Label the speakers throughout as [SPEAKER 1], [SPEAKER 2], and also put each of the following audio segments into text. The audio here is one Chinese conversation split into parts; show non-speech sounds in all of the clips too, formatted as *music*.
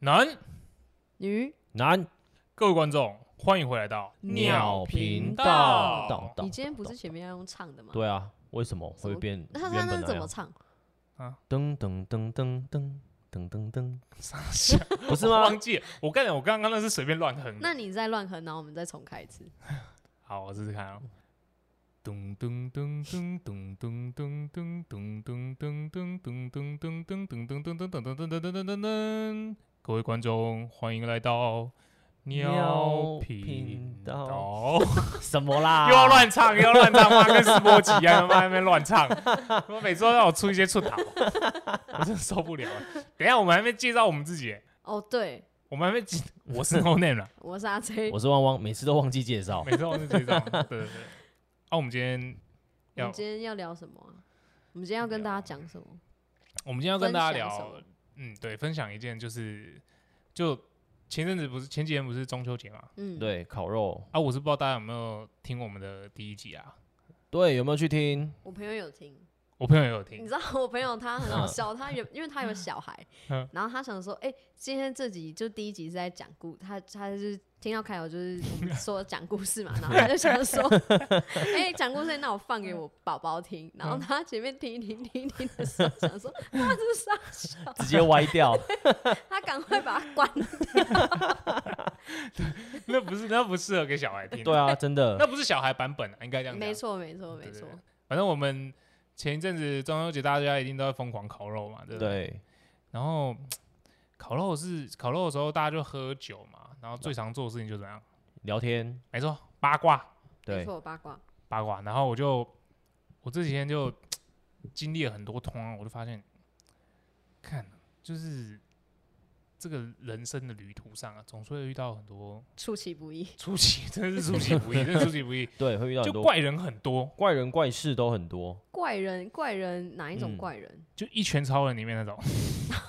[SPEAKER 1] 男，
[SPEAKER 2] 女，
[SPEAKER 3] 男
[SPEAKER 1] 各位观众，欢迎回来到
[SPEAKER 2] 鸟
[SPEAKER 1] 频
[SPEAKER 3] 道
[SPEAKER 1] 道。
[SPEAKER 2] 你今天不是前面要用唱的吗？
[SPEAKER 3] 对啊，为什么
[SPEAKER 2] 什
[SPEAKER 3] 会
[SPEAKER 2] 么
[SPEAKER 3] 变
[SPEAKER 2] 那他他
[SPEAKER 3] 原
[SPEAKER 2] 那是
[SPEAKER 3] 本那
[SPEAKER 2] 怎么
[SPEAKER 3] 样？
[SPEAKER 2] 唱？
[SPEAKER 3] 噔噔噔噔噔噔噔
[SPEAKER 1] *laughs*
[SPEAKER 3] 噔，
[SPEAKER 1] 傻笑
[SPEAKER 3] 不是
[SPEAKER 1] 我
[SPEAKER 3] 吗
[SPEAKER 1] 忘？记了，我跟你讲，我刚刚那是随便乱哼的。
[SPEAKER 2] 那你再乱哼，然后我们再重开一次。
[SPEAKER 1] 好，我试试看啊。咚咚咚咚咚咚咚咚咚咚咚咚咚咚咚咚咚咚咚咚咚咚咚咚咚。各位观众，欢迎来到鸟频道。
[SPEAKER 3] *laughs* 什么啦？
[SPEAKER 1] 又要乱唱，又要乱唱，妈跟斯波奇一样，妈在那边乱唱。我每次都让我出一些出逃，我真的受不了了。等一下，我们还没介绍我们自己，
[SPEAKER 2] 哦，对，
[SPEAKER 1] 我们还没介，我
[SPEAKER 2] *laughs*
[SPEAKER 1] 是 No Name 啦，
[SPEAKER 2] 我是阿 J，
[SPEAKER 3] 我是汪汪，每次都忘记介
[SPEAKER 2] 哦
[SPEAKER 3] 绍。
[SPEAKER 1] 每次我是介
[SPEAKER 2] *laughs*
[SPEAKER 1] 绍。对对对。啊，我们今天
[SPEAKER 2] 我
[SPEAKER 1] 要
[SPEAKER 2] 们，今天要聊什么啊、我们今天要跟大家讲什么？
[SPEAKER 1] 我们今天要跟大家
[SPEAKER 2] 分享什
[SPEAKER 1] 聊
[SPEAKER 2] 么，
[SPEAKER 1] 嗯，对，分享一件就是，就前阵子不是前几天不是中秋节嘛？
[SPEAKER 2] 嗯，，
[SPEAKER 3] 对，烤肉，
[SPEAKER 1] 啊，我是不知道大家有没有听我们的第一集啊？
[SPEAKER 3] 对，有没有去听？
[SPEAKER 2] 我朋友有听，
[SPEAKER 1] 我朋友也有
[SPEAKER 2] 你
[SPEAKER 1] 听
[SPEAKER 2] *laughs* 知，道我朋友他很好
[SPEAKER 3] 嗯
[SPEAKER 2] 笑，他有因为他有小孩
[SPEAKER 1] 嗯，
[SPEAKER 2] 然后他想说，哎、今天这集就第一集是在讲故，他他就是听到开头就是我们说讲故事嘛，然后他就想说，哎、讲故事，那我放给我宝宝听，然
[SPEAKER 1] 嗯
[SPEAKER 2] 后他前面听一听听一听的时候，想说，哇，这是傻笑，
[SPEAKER 3] 直接歪
[SPEAKER 1] *laughs*
[SPEAKER 3] 掉。
[SPEAKER 2] 他赶快把它关了，
[SPEAKER 1] 那不是那不适合给小孩听，
[SPEAKER 3] 对，啊，真的
[SPEAKER 1] 那。不是小孩版本啊，应该这样讲
[SPEAKER 2] 没。错没错没错
[SPEAKER 1] 对，反正我们前一阵子中秋节，大家一定都在疯狂烤肉嘛，对不对？
[SPEAKER 3] 对，
[SPEAKER 1] 然后烤肉是烤肉的时候，大家就喝酒嘛，然后最常做的事情就怎样？
[SPEAKER 3] 聊天，
[SPEAKER 1] 没错，八卦，
[SPEAKER 2] 没
[SPEAKER 3] 对，
[SPEAKER 2] 错八卦，
[SPEAKER 1] 八卦。然后我就我这几天就经历了很多通啊，我就发现，看就是。这个人生的旅途上啊，总是会遇到很多
[SPEAKER 3] *laughs*
[SPEAKER 2] 出其不意，
[SPEAKER 1] 出其，真的是出其不意，真的出其不意，
[SPEAKER 3] 对，会遇到很
[SPEAKER 1] 就
[SPEAKER 3] 多
[SPEAKER 1] 怪人很多，
[SPEAKER 3] 怪人怪事都很多。
[SPEAKER 2] 怪人怪人哪一种
[SPEAKER 3] 嗯
[SPEAKER 2] 怪人？ *laughs*
[SPEAKER 1] 就一拳超人里面那
[SPEAKER 3] *laughs*
[SPEAKER 1] 种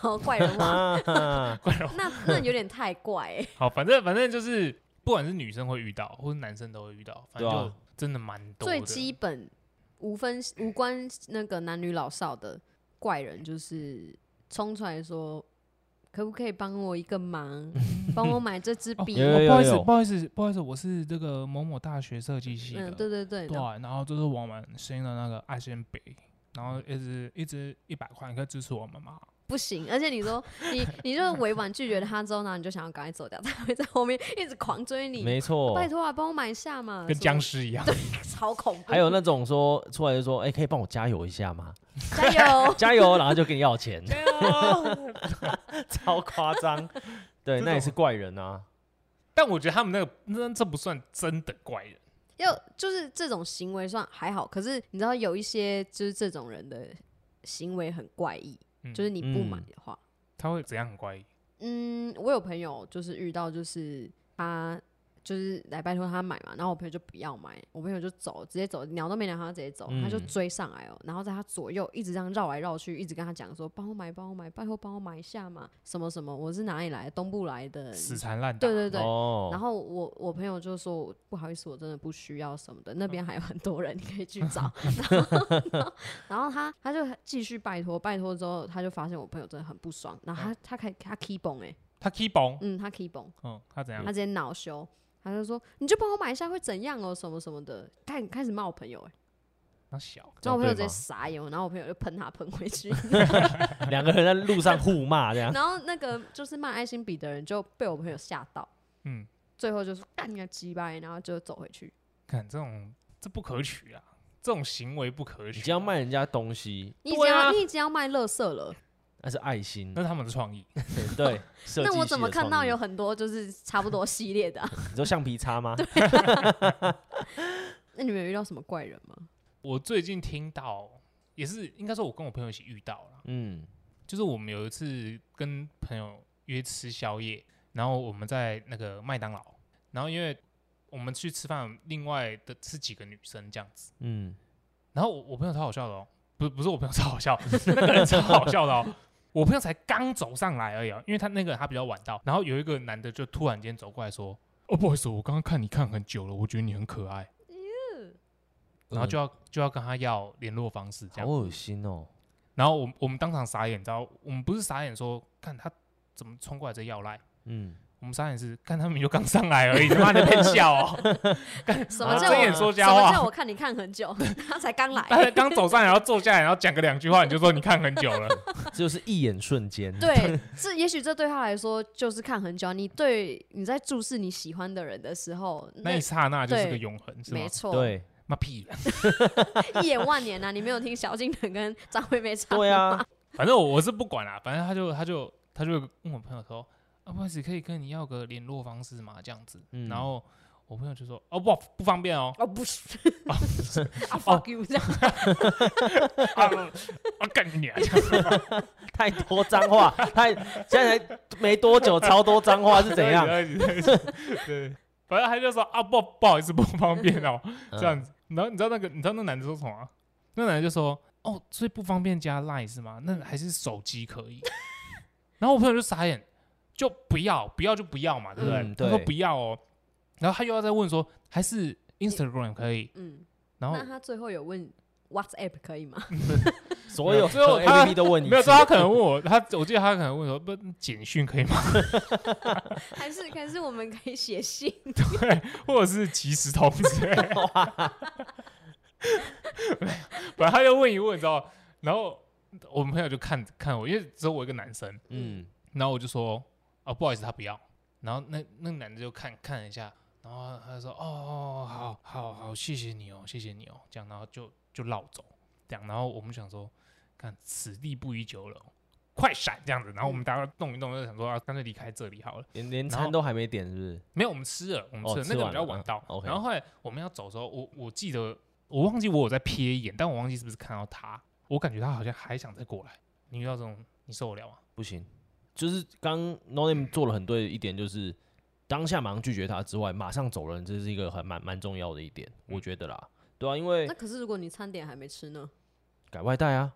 [SPEAKER 2] 哦，怪人
[SPEAKER 1] *laughs*
[SPEAKER 2] 王，
[SPEAKER 3] 啊哈
[SPEAKER 1] 怪人
[SPEAKER 2] 那那有点太怪、欸，
[SPEAKER 1] 好，反正反正就是，不管是女生会遇到，或是男生都会遇到，反正
[SPEAKER 3] 对啊
[SPEAKER 1] 就真的蛮多的。
[SPEAKER 2] 最基本无分无关那个男女老少的怪人，就是冲出来说：“可不可以帮我一个忙，帮我买这支
[SPEAKER 1] 哦
[SPEAKER 2] 笔嗯
[SPEAKER 3] 有？”有
[SPEAKER 1] 不好意思，
[SPEAKER 3] 有
[SPEAKER 1] 不好意思，不好意思，我是这个某某大学设计系的，
[SPEAKER 2] 嗯，对对对，
[SPEAKER 1] 对啊然后就是我们新的那个爱心笔，然
[SPEAKER 2] 嗯
[SPEAKER 1] 后一直一直一百块，你可以支持我们吗？
[SPEAKER 2] 不行。而且你说你你就委婉拒绝他之后，然后你就想要赶快走掉，他会在后面一直狂追你。
[SPEAKER 3] 没错
[SPEAKER 2] 拜。托啊，帮我买一下嘛，
[SPEAKER 1] 跟
[SPEAKER 2] 什么
[SPEAKER 1] 僵尸一样，
[SPEAKER 2] 超恐怖。
[SPEAKER 3] 还有那种说出来就说，哎，可以帮我加油一下吗？，
[SPEAKER 2] 加油
[SPEAKER 3] *laughs* 加油，然后就跟你要
[SPEAKER 1] *laughs*
[SPEAKER 3] 钱，
[SPEAKER 2] 啊
[SPEAKER 3] 超夸张。对，
[SPEAKER 1] 这
[SPEAKER 3] 那也
[SPEAKER 1] 种
[SPEAKER 3] 是怪人啊。
[SPEAKER 1] 但我觉得他们那个那这不算真的怪人，
[SPEAKER 2] 要就是这种行为算还好，可是你知道有一些就是这种人的行为很怪异，
[SPEAKER 1] 嗯
[SPEAKER 2] 就是你不买
[SPEAKER 3] 嗯
[SPEAKER 2] 的话，
[SPEAKER 1] 他会怎样很怪异？
[SPEAKER 2] 嗯，我有朋友就是遇到，就是他就是来拜托他买嘛，然后我朋友就不要买，我朋友就走，直接走，鸟都没鸟他直接走，他就
[SPEAKER 3] 嗯
[SPEAKER 2] 追上来哦，然后在他左右一直这样绕来绕去，一直跟他讲说帮我买，帮我买，拜托帮我买一下嘛，什么什么，我是哪里来的，东部来的，
[SPEAKER 1] 死缠烂打，
[SPEAKER 2] 嗯对对对。
[SPEAKER 3] 哦，
[SPEAKER 2] 然后我我朋友就说不好意思，我真的不需要什么的，那
[SPEAKER 1] 嗯
[SPEAKER 2] 边还有很多人，你可以去找。
[SPEAKER 1] *laughs*
[SPEAKER 2] 然后然后然后他他就继续拜托，拜托之后他就发现我朋友真的很不爽，然
[SPEAKER 1] 嗯
[SPEAKER 2] 后他他开他 keep 崩哎、
[SPEAKER 1] 他 keep on，
[SPEAKER 2] 嗯，他 keep 崩，
[SPEAKER 1] 嗯，他怎样
[SPEAKER 2] 他？直接恼羞，他就说你就帮我买一下会怎样哦，什么什么的，开开始骂我朋友、
[SPEAKER 1] 哦
[SPEAKER 2] 欸，
[SPEAKER 1] 他小，
[SPEAKER 2] 然后我朋友直
[SPEAKER 3] 这
[SPEAKER 2] 接
[SPEAKER 3] 样
[SPEAKER 2] 傻眼，然后我朋友就喷他喷回去，
[SPEAKER 3] 对吗两个人在路上互骂这样。
[SPEAKER 2] 然后那个就是卖爱心笔的人就被我朋友吓到，
[SPEAKER 1] 嗯，
[SPEAKER 2] 最后就是干你个鸡巴欸，然后就走回去。
[SPEAKER 1] 看这种这不可取啊，这种行为不可
[SPEAKER 3] 你
[SPEAKER 1] 取。啊
[SPEAKER 3] 这样卖人家东西，
[SPEAKER 2] 你已经
[SPEAKER 1] 对
[SPEAKER 2] 要、
[SPEAKER 1] 啊
[SPEAKER 2] 你已经要卖乐色了，
[SPEAKER 3] 那是爱心
[SPEAKER 1] 那。是他们的创意，
[SPEAKER 3] 对，设计
[SPEAKER 2] 那我
[SPEAKER 3] 系
[SPEAKER 2] 怎么
[SPEAKER 3] 的
[SPEAKER 2] 看
[SPEAKER 3] 创
[SPEAKER 2] 到
[SPEAKER 3] 意
[SPEAKER 2] 有很多就是差不多系列的啊、
[SPEAKER 3] 你说橡皮擦吗？
[SPEAKER 2] *laughs* 那你们有遇到什么怪人吗？
[SPEAKER 1] 我最近听到，也是应该说，我跟我朋友一起遇到了，
[SPEAKER 3] 嗯，
[SPEAKER 1] 就是我们有一次跟朋友约吃宵夜，然后我们在那个麦当劳，然后因为我们去吃饭，另外的是几个女生这样子，
[SPEAKER 3] 嗯，
[SPEAKER 1] 然后我我朋友超好笑的哦，不不是我朋友超好笑， *laughs* 那个人超好笑的哦。我朋友才刚走上来而已、哦，因为他那个他比较晚到，然后有一个男的就突然间走过来说：“哦，不好意思，我刚刚看你看很久了，我觉得你很可爱。”然后就要就要跟他要联络方式，这样。
[SPEAKER 3] 好恶心哦。
[SPEAKER 1] 然后我们我们当场傻眼，你知道，我们不是傻眼说，看他怎么冲过来直接要赖？
[SPEAKER 3] 嗯，
[SPEAKER 1] 我们三也是，看他们就刚上来而已，他妈的被笑
[SPEAKER 3] *laughs*
[SPEAKER 1] 哦！
[SPEAKER 2] *laughs* 什么
[SPEAKER 3] 啊
[SPEAKER 2] 叫
[SPEAKER 1] 睁
[SPEAKER 2] 我
[SPEAKER 1] 眼说
[SPEAKER 2] 什
[SPEAKER 1] 瞎
[SPEAKER 2] 么叫
[SPEAKER 1] 话，
[SPEAKER 2] 我看你看很久， *laughs* 他才刚
[SPEAKER 1] 大
[SPEAKER 2] 来。
[SPEAKER 1] 家刚走上来，然后坐下来，然后讲个两句话，你就说你看很久了。
[SPEAKER 3] 这就是一眼瞬间。，
[SPEAKER 2] 对，这也许这对他来说就是看很久。啊你对你在注视你喜欢的人的时候，
[SPEAKER 1] 那一刹那就是个永恒，是吗
[SPEAKER 2] 没？错，
[SPEAKER 3] 对
[SPEAKER 1] 妈屁！
[SPEAKER 2] 一眼万年啊！你没有听萧敬腾跟张惠妹唱？
[SPEAKER 3] 对啊，
[SPEAKER 1] 反正我我是不管啦，反正他就他就他就问我朋友说，啊，不好意思，可以跟你要个联络方式嘛，这样子。
[SPEAKER 3] 嗯
[SPEAKER 1] 然后我朋友就说，哦不不方便
[SPEAKER 3] *laughs*
[SPEAKER 1] 哦，
[SPEAKER 2] 哦不是， *laughs* 啊 fuck you 这样。
[SPEAKER 1] 啊啊干你娘！
[SPEAKER 3] 太多脏话，太现在才没多久，超多脏话 *laughs* 是怎
[SPEAKER 1] *laughs*
[SPEAKER 3] 样？
[SPEAKER 1] 对？对对对，反正他就说啊不不好意思不方便哦，
[SPEAKER 3] 嗯
[SPEAKER 1] 这样子。然后你知道那个你知道那男的说什么吗？那男的就说哦，所以不方便加 line 是吗？那还是手机可以。 *laughs* 然后我朋友就傻眼，就不要不要就不要嘛，对不对？
[SPEAKER 3] 嗯
[SPEAKER 1] 他说
[SPEAKER 3] 对
[SPEAKER 1] 不要哦，然后他又要再问说还是 Instagram 可以，
[SPEAKER 2] 嗯，
[SPEAKER 1] 然后
[SPEAKER 2] 那他最后有问 WhatsApp 可以吗？
[SPEAKER 3] 嗯所有
[SPEAKER 1] 最后
[SPEAKER 3] A
[SPEAKER 1] 他
[SPEAKER 3] P P 都问你，
[SPEAKER 1] 没有说他可能问我，他我记得他可能问说不简讯可以吗？ *laughs*
[SPEAKER 2] 还是还是我们可以写信？
[SPEAKER 1] 或者是即时通知。 *laughs* 反正他就问一问，你知道，然后我们朋友就看看我，因为只有我一个男生，
[SPEAKER 3] 嗯，
[SPEAKER 1] 然后我就说啊、不好意思，他不要。然后那那个男的就看看了一下，然后他就说哦，好好好，谢谢你哦，谢谢你哦，这样，然后就就绕走，这样，然后我们想说，看此地不宜久留，快闪这样子，然后我们大家动一动，就想说啊，干脆离开这里好了。
[SPEAKER 3] 连连
[SPEAKER 1] 然后
[SPEAKER 3] 餐都还没点，是不是？
[SPEAKER 1] 没有，我们吃了，我们吃了，
[SPEAKER 3] 哦
[SPEAKER 1] 那
[SPEAKER 3] 吃
[SPEAKER 1] 个
[SPEAKER 3] 完
[SPEAKER 1] 比较
[SPEAKER 3] 了
[SPEAKER 1] 晚
[SPEAKER 3] 嗯
[SPEAKER 1] 到。
[SPEAKER 3] ，OK
[SPEAKER 1] 然后后来我们要走的时候，我我记得我忘记我有在瞥一眼，但我忘记是不是看到他，我感觉他好像还想再过来。你遇到这种，你受得了吗？
[SPEAKER 3] 不行，就是刚 No Name 做了很对的一点，就是当下马上拒绝他之外，马上走人，这是一个很蛮蛮重要的一点，
[SPEAKER 1] 嗯
[SPEAKER 3] 我觉得啦。对啊，因为
[SPEAKER 2] 那可是如果你餐点还没吃呢？
[SPEAKER 3] 改外带啊，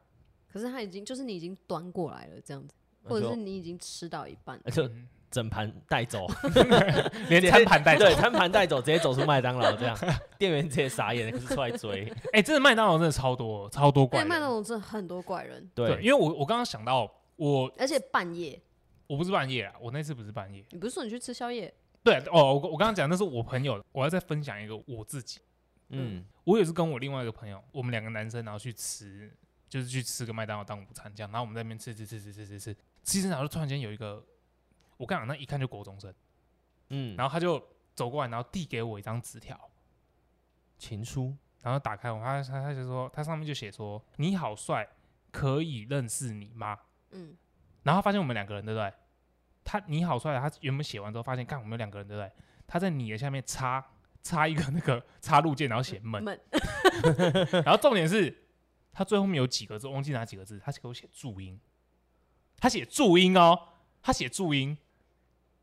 [SPEAKER 2] 可是他已经就是你已经端过来了这样子，
[SPEAKER 3] 那
[SPEAKER 2] 或者
[SPEAKER 3] 就是
[SPEAKER 2] 你已经吃到一半了，
[SPEAKER 3] 而且
[SPEAKER 1] 嗯
[SPEAKER 3] 整盘带
[SPEAKER 1] *laughs*
[SPEAKER 3] 走，
[SPEAKER 1] 连餐盘带走。
[SPEAKER 3] 对，餐盘带走，直接走出麦当劳这样，店员直接傻眼，可是出来
[SPEAKER 1] *laughs*
[SPEAKER 3] 追，
[SPEAKER 1] 哎、真的麦当劳真的超多超多怪
[SPEAKER 2] 对，
[SPEAKER 1] 人。
[SPEAKER 2] 麦当劳真的很多怪人，
[SPEAKER 1] 对，因为
[SPEAKER 3] 对，
[SPEAKER 1] 我我刚刚想到，我
[SPEAKER 2] 而且半夜，
[SPEAKER 1] 我不是半夜啊，我那次不是半夜。
[SPEAKER 2] 你不是说你去吃宵夜？
[SPEAKER 1] 对哦，我我刚刚讲那是我朋友，我要再分享一个我自己。
[SPEAKER 3] 嗯，
[SPEAKER 1] 我也是跟我另外一个朋友，我们两个男生，然后去吃，就是去吃个麦当劳当午餐这样，然后我们在那边吃吃吃吃吃吃吃，吃一吃，然后就突然间有一个，我刚讲那一看就国中生，
[SPEAKER 3] 嗯，
[SPEAKER 1] 然后他就走过来，然后递给我一张纸条，
[SPEAKER 3] 情书，
[SPEAKER 1] 然后打开我，他他他就说，他上面就写说你好帅，可以认识你吗？
[SPEAKER 2] 嗯，
[SPEAKER 1] 然后他发现我们两个人对不对？他你好帅，他原本写完之后发现，看我们有两个人对不对？他在你的下面插插一个那个 *laughs* 插入键，然后写闷。
[SPEAKER 2] 闷，
[SPEAKER 1] 然后重点是，他最后面有几个字，我忘记哪几个字，他给我写注音，他写注音哦，他写注音，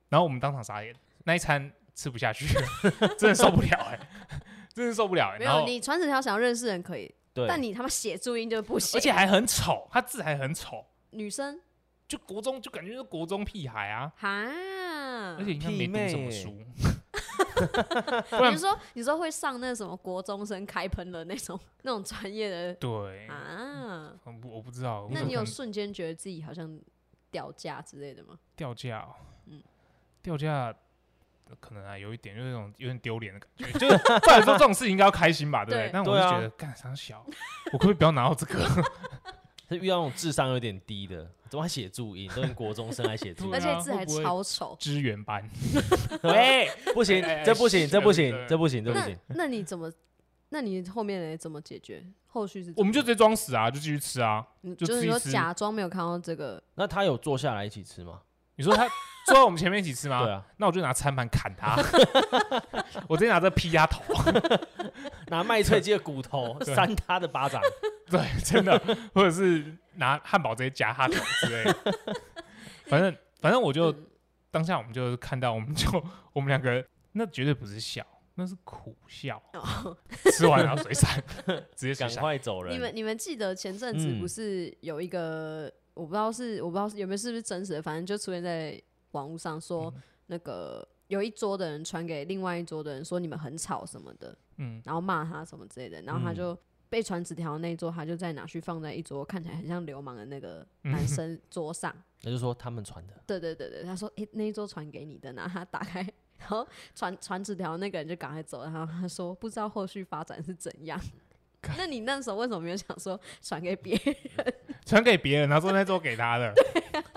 [SPEAKER 1] 然后我们当场傻眼，那一餐吃不下去， *laughs* 真的受不了哎、 *laughs* 真的受不了哎、
[SPEAKER 2] 没
[SPEAKER 1] 然
[SPEAKER 2] 有
[SPEAKER 1] 后
[SPEAKER 2] 你传纸条想要认识人可以，
[SPEAKER 3] 对，
[SPEAKER 2] 但你他妈写注音就不行，
[SPEAKER 1] 而且还很丑，他字还很丑，
[SPEAKER 2] 女生
[SPEAKER 1] 就国中就感觉是国中屁孩啊，
[SPEAKER 2] 哈。嗯
[SPEAKER 1] 而且你看没
[SPEAKER 3] 屁
[SPEAKER 1] 读
[SPEAKER 3] 妹
[SPEAKER 1] 什么
[SPEAKER 3] 欸
[SPEAKER 1] 书，不然
[SPEAKER 2] 你说你说会上那什么国中生开喷的那种 *laughs* 那种专业的
[SPEAKER 1] 对，
[SPEAKER 2] 啊？
[SPEAKER 1] 我不我不知道，哎我
[SPEAKER 2] 那
[SPEAKER 1] 可
[SPEAKER 2] 你有
[SPEAKER 1] 能
[SPEAKER 2] 瞬间觉得自己好像掉价之类的吗？
[SPEAKER 1] 掉价、哦，
[SPEAKER 2] 嗯
[SPEAKER 1] 掉价呃可能啊有一点，就是那种有点丢脸
[SPEAKER 3] *laughs*
[SPEAKER 1] 的感觉。
[SPEAKER 2] *laughs*
[SPEAKER 1] 就是照理说这种事情应该要开心吧，对不对
[SPEAKER 2] 对？
[SPEAKER 1] 但我
[SPEAKER 3] 对
[SPEAKER 1] 就
[SPEAKER 3] 啊
[SPEAKER 1] 觉得干啥小，我可不可以不要拿到这个？ *laughs*
[SPEAKER 3] 是遇到那种智商有点低的，怎么还写注音？都是国中生还写注
[SPEAKER 1] 对 *laughs*
[SPEAKER 3] 音
[SPEAKER 1] 啊
[SPEAKER 2] 而，且字
[SPEAKER 1] 会
[SPEAKER 2] 还
[SPEAKER 1] 不会
[SPEAKER 2] 超丑。
[SPEAKER 1] 支援班，
[SPEAKER 3] 喂，不行
[SPEAKER 1] 哎哎，
[SPEAKER 3] 这不行，
[SPEAKER 1] 是
[SPEAKER 3] 这不行
[SPEAKER 1] 对，对
[SPEAKER 3] 这不行，这不
[SPEAKER 2] 那
[SPEAKER 3] 行，
[SPEAKER 2] 那你怎么？那你后面呢？怎么解决？后续是
[SPEAKER 1] 我们就
[SPEAKER 2] 怎
[SPEAKER 1] 直接装死啊，就继续吃啊。
[SPEAKER 2] 么
[SPEAKER 1] 就
[SPEAKER 2] 就
[SPEAKER 1] 吃
[SPEAKER 2] 是
[SPEAKER 1] 一
[SPEAKER 2] 说
[SPEAKER 1] 吃
[SPEAKER 2] 假装没有看到这个，
[SPEAKER 3] 那他有坐下来一起吃吗？
[SPEAKER 1] 你说他坐在我们前面一起吃
[SPEAKER 3] 对
[SPEAKER 1] 吗？
[SPEAKER 3] 啊，
[SPEAKER 1] 那我就拿餐盘砍他， *laughs* 我直接拿这劈他头。 *laughs*
[SPEAKER 3] 拿麦脆鸡的骨 *laughs* 头
[SPEAKER 1] 对
[SPEAKER 3] 扇他的 *laughs* 巴掌，
[SPEAKER 1] 对，真的，或者是拿汉堡直接夹他头之类的。 *laughs* 反正反正我就
[SPEAKER 2] 嗯
[SPEAKER 1] 当下我们就看到，我们就 *laughs* 我们两个那绝对不是笑，那是苦笑。
[SPEAKER 2] 哦
[SPEAKER 1] 吃完然后水
[SPEAKER 2] *laughs*
[SPEAKER 1] 散，直接水
[SPEAKER 3] 赶
[SPEAKER 1] 散。
[SPEAKER 3] 快走
[SPEAKER 2] 你
[SPEAKER 3] 人
[SPEAKER 2] 们。你们记得前阵子
[SPEAKER 3] 嗯
[SPEAKER 2] 不是有一个，我不知道是我不知道是有没有是不是真实的，反正就出现在网络上说
[SPEAKER 1] 嗯
[SPEAKER 2] 那个有一桌的人传给另外一桌的人说你们很吵什么的，
[SPEAKER 1] 嗯，
[SPEAKER 2] 然后骂他什么之类的，然后他就
[SPEAKER 1] *laughs*
[SPEAKER 2] 被传纸条的那一桌，他就再拿去放在一桌看起来很像流氓的那个男生桌上，
[SPEAKER 3] 那就说他们传的，
[SPEAKER 2] *laughs* 对对对对，他说：“诶、那一桌传给你的呢。”然后他打开，然后传传纸条那个人就赶快走了。然后他说：“不知道后续发展是怎
[SPEAKER 3] *laughs*
[SPEAKER 2] 样。”那你那时候为什么没有想说传给别人？ *laughs*
[SPEAKER 1] 传给别人，然后说那周给他的，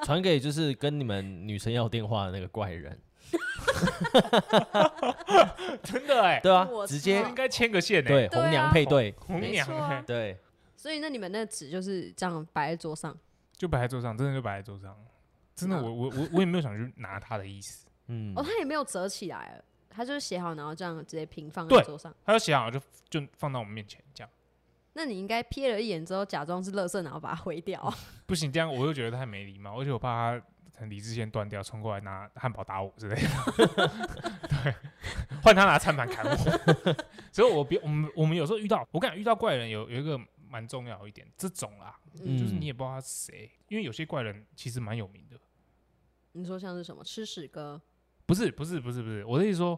[SPEAKER 3] 传给就是跟你们女生要电话的那个怪人，
[SPEAKER 1] 真的哎，
[SPEAKER 3] 对啊
[SPEAKER 2] 我，
[SPEAKER 3] 直
[SPEAKER 2] *laughs* 对
[SPEAKER 3] 接
[SPEAKER 1] 应该牵个线哎，
[SPEAKER 3] 对
[SPEAKER 2] 对啊
[SPEAKER 3] 红娘配对，
[SPEAKER 1] 红
[SPEAKER 2] 没
[SPEAKER 1] 娘
[SPEAKER 2] 错啊
[SPEAKER 1] 哎
[SPEAKER 3] 对，
[SPEAKER 2] 所以那你们那纸就是这样摆在桌上，
[SPEAKER 1] 就摆在桌上，真的就摆在桌上，真的
[SPEAKER 2] 那
[SPEAKER 1] 我我我我也没有想去拿他的意思，
[SPEAKER 3] 嗯
[SPEAKER 2] 哦，，他也没有折起来了，他就是写好，然后这样直接平放在
[SPEAKER 1] 对
[SPEAKER 2] 桌上。
[SPEAKER 1] 他就写好就就放到我们面前这样，
[SPEAKER 2] 那你应该瞥了一眼之后，假装是垃圾，然后把它挥掉啊。
[SPEAKER 1] 不行，这样我又觉得太没礼貌，而且我怕他可能理智线断掉，冲过来拿汉堡打我之类的。 *laughs* 对，换他拿餐盘砍我。 *laughs* 所以我别我们我们有时候遇到，我感觉遇到怪人有有一个蛮重要一点，这种啦，
[SPEAKER 2] 嗯，
[SPEAKER 1] 就是你也不知道他是谁，因为有些怪人其实蛮有名的。
[SPEAKER 2] 你说像是什么吃屎哥？
[SPEAKER 1] 不是不是不是不是，我的意思说，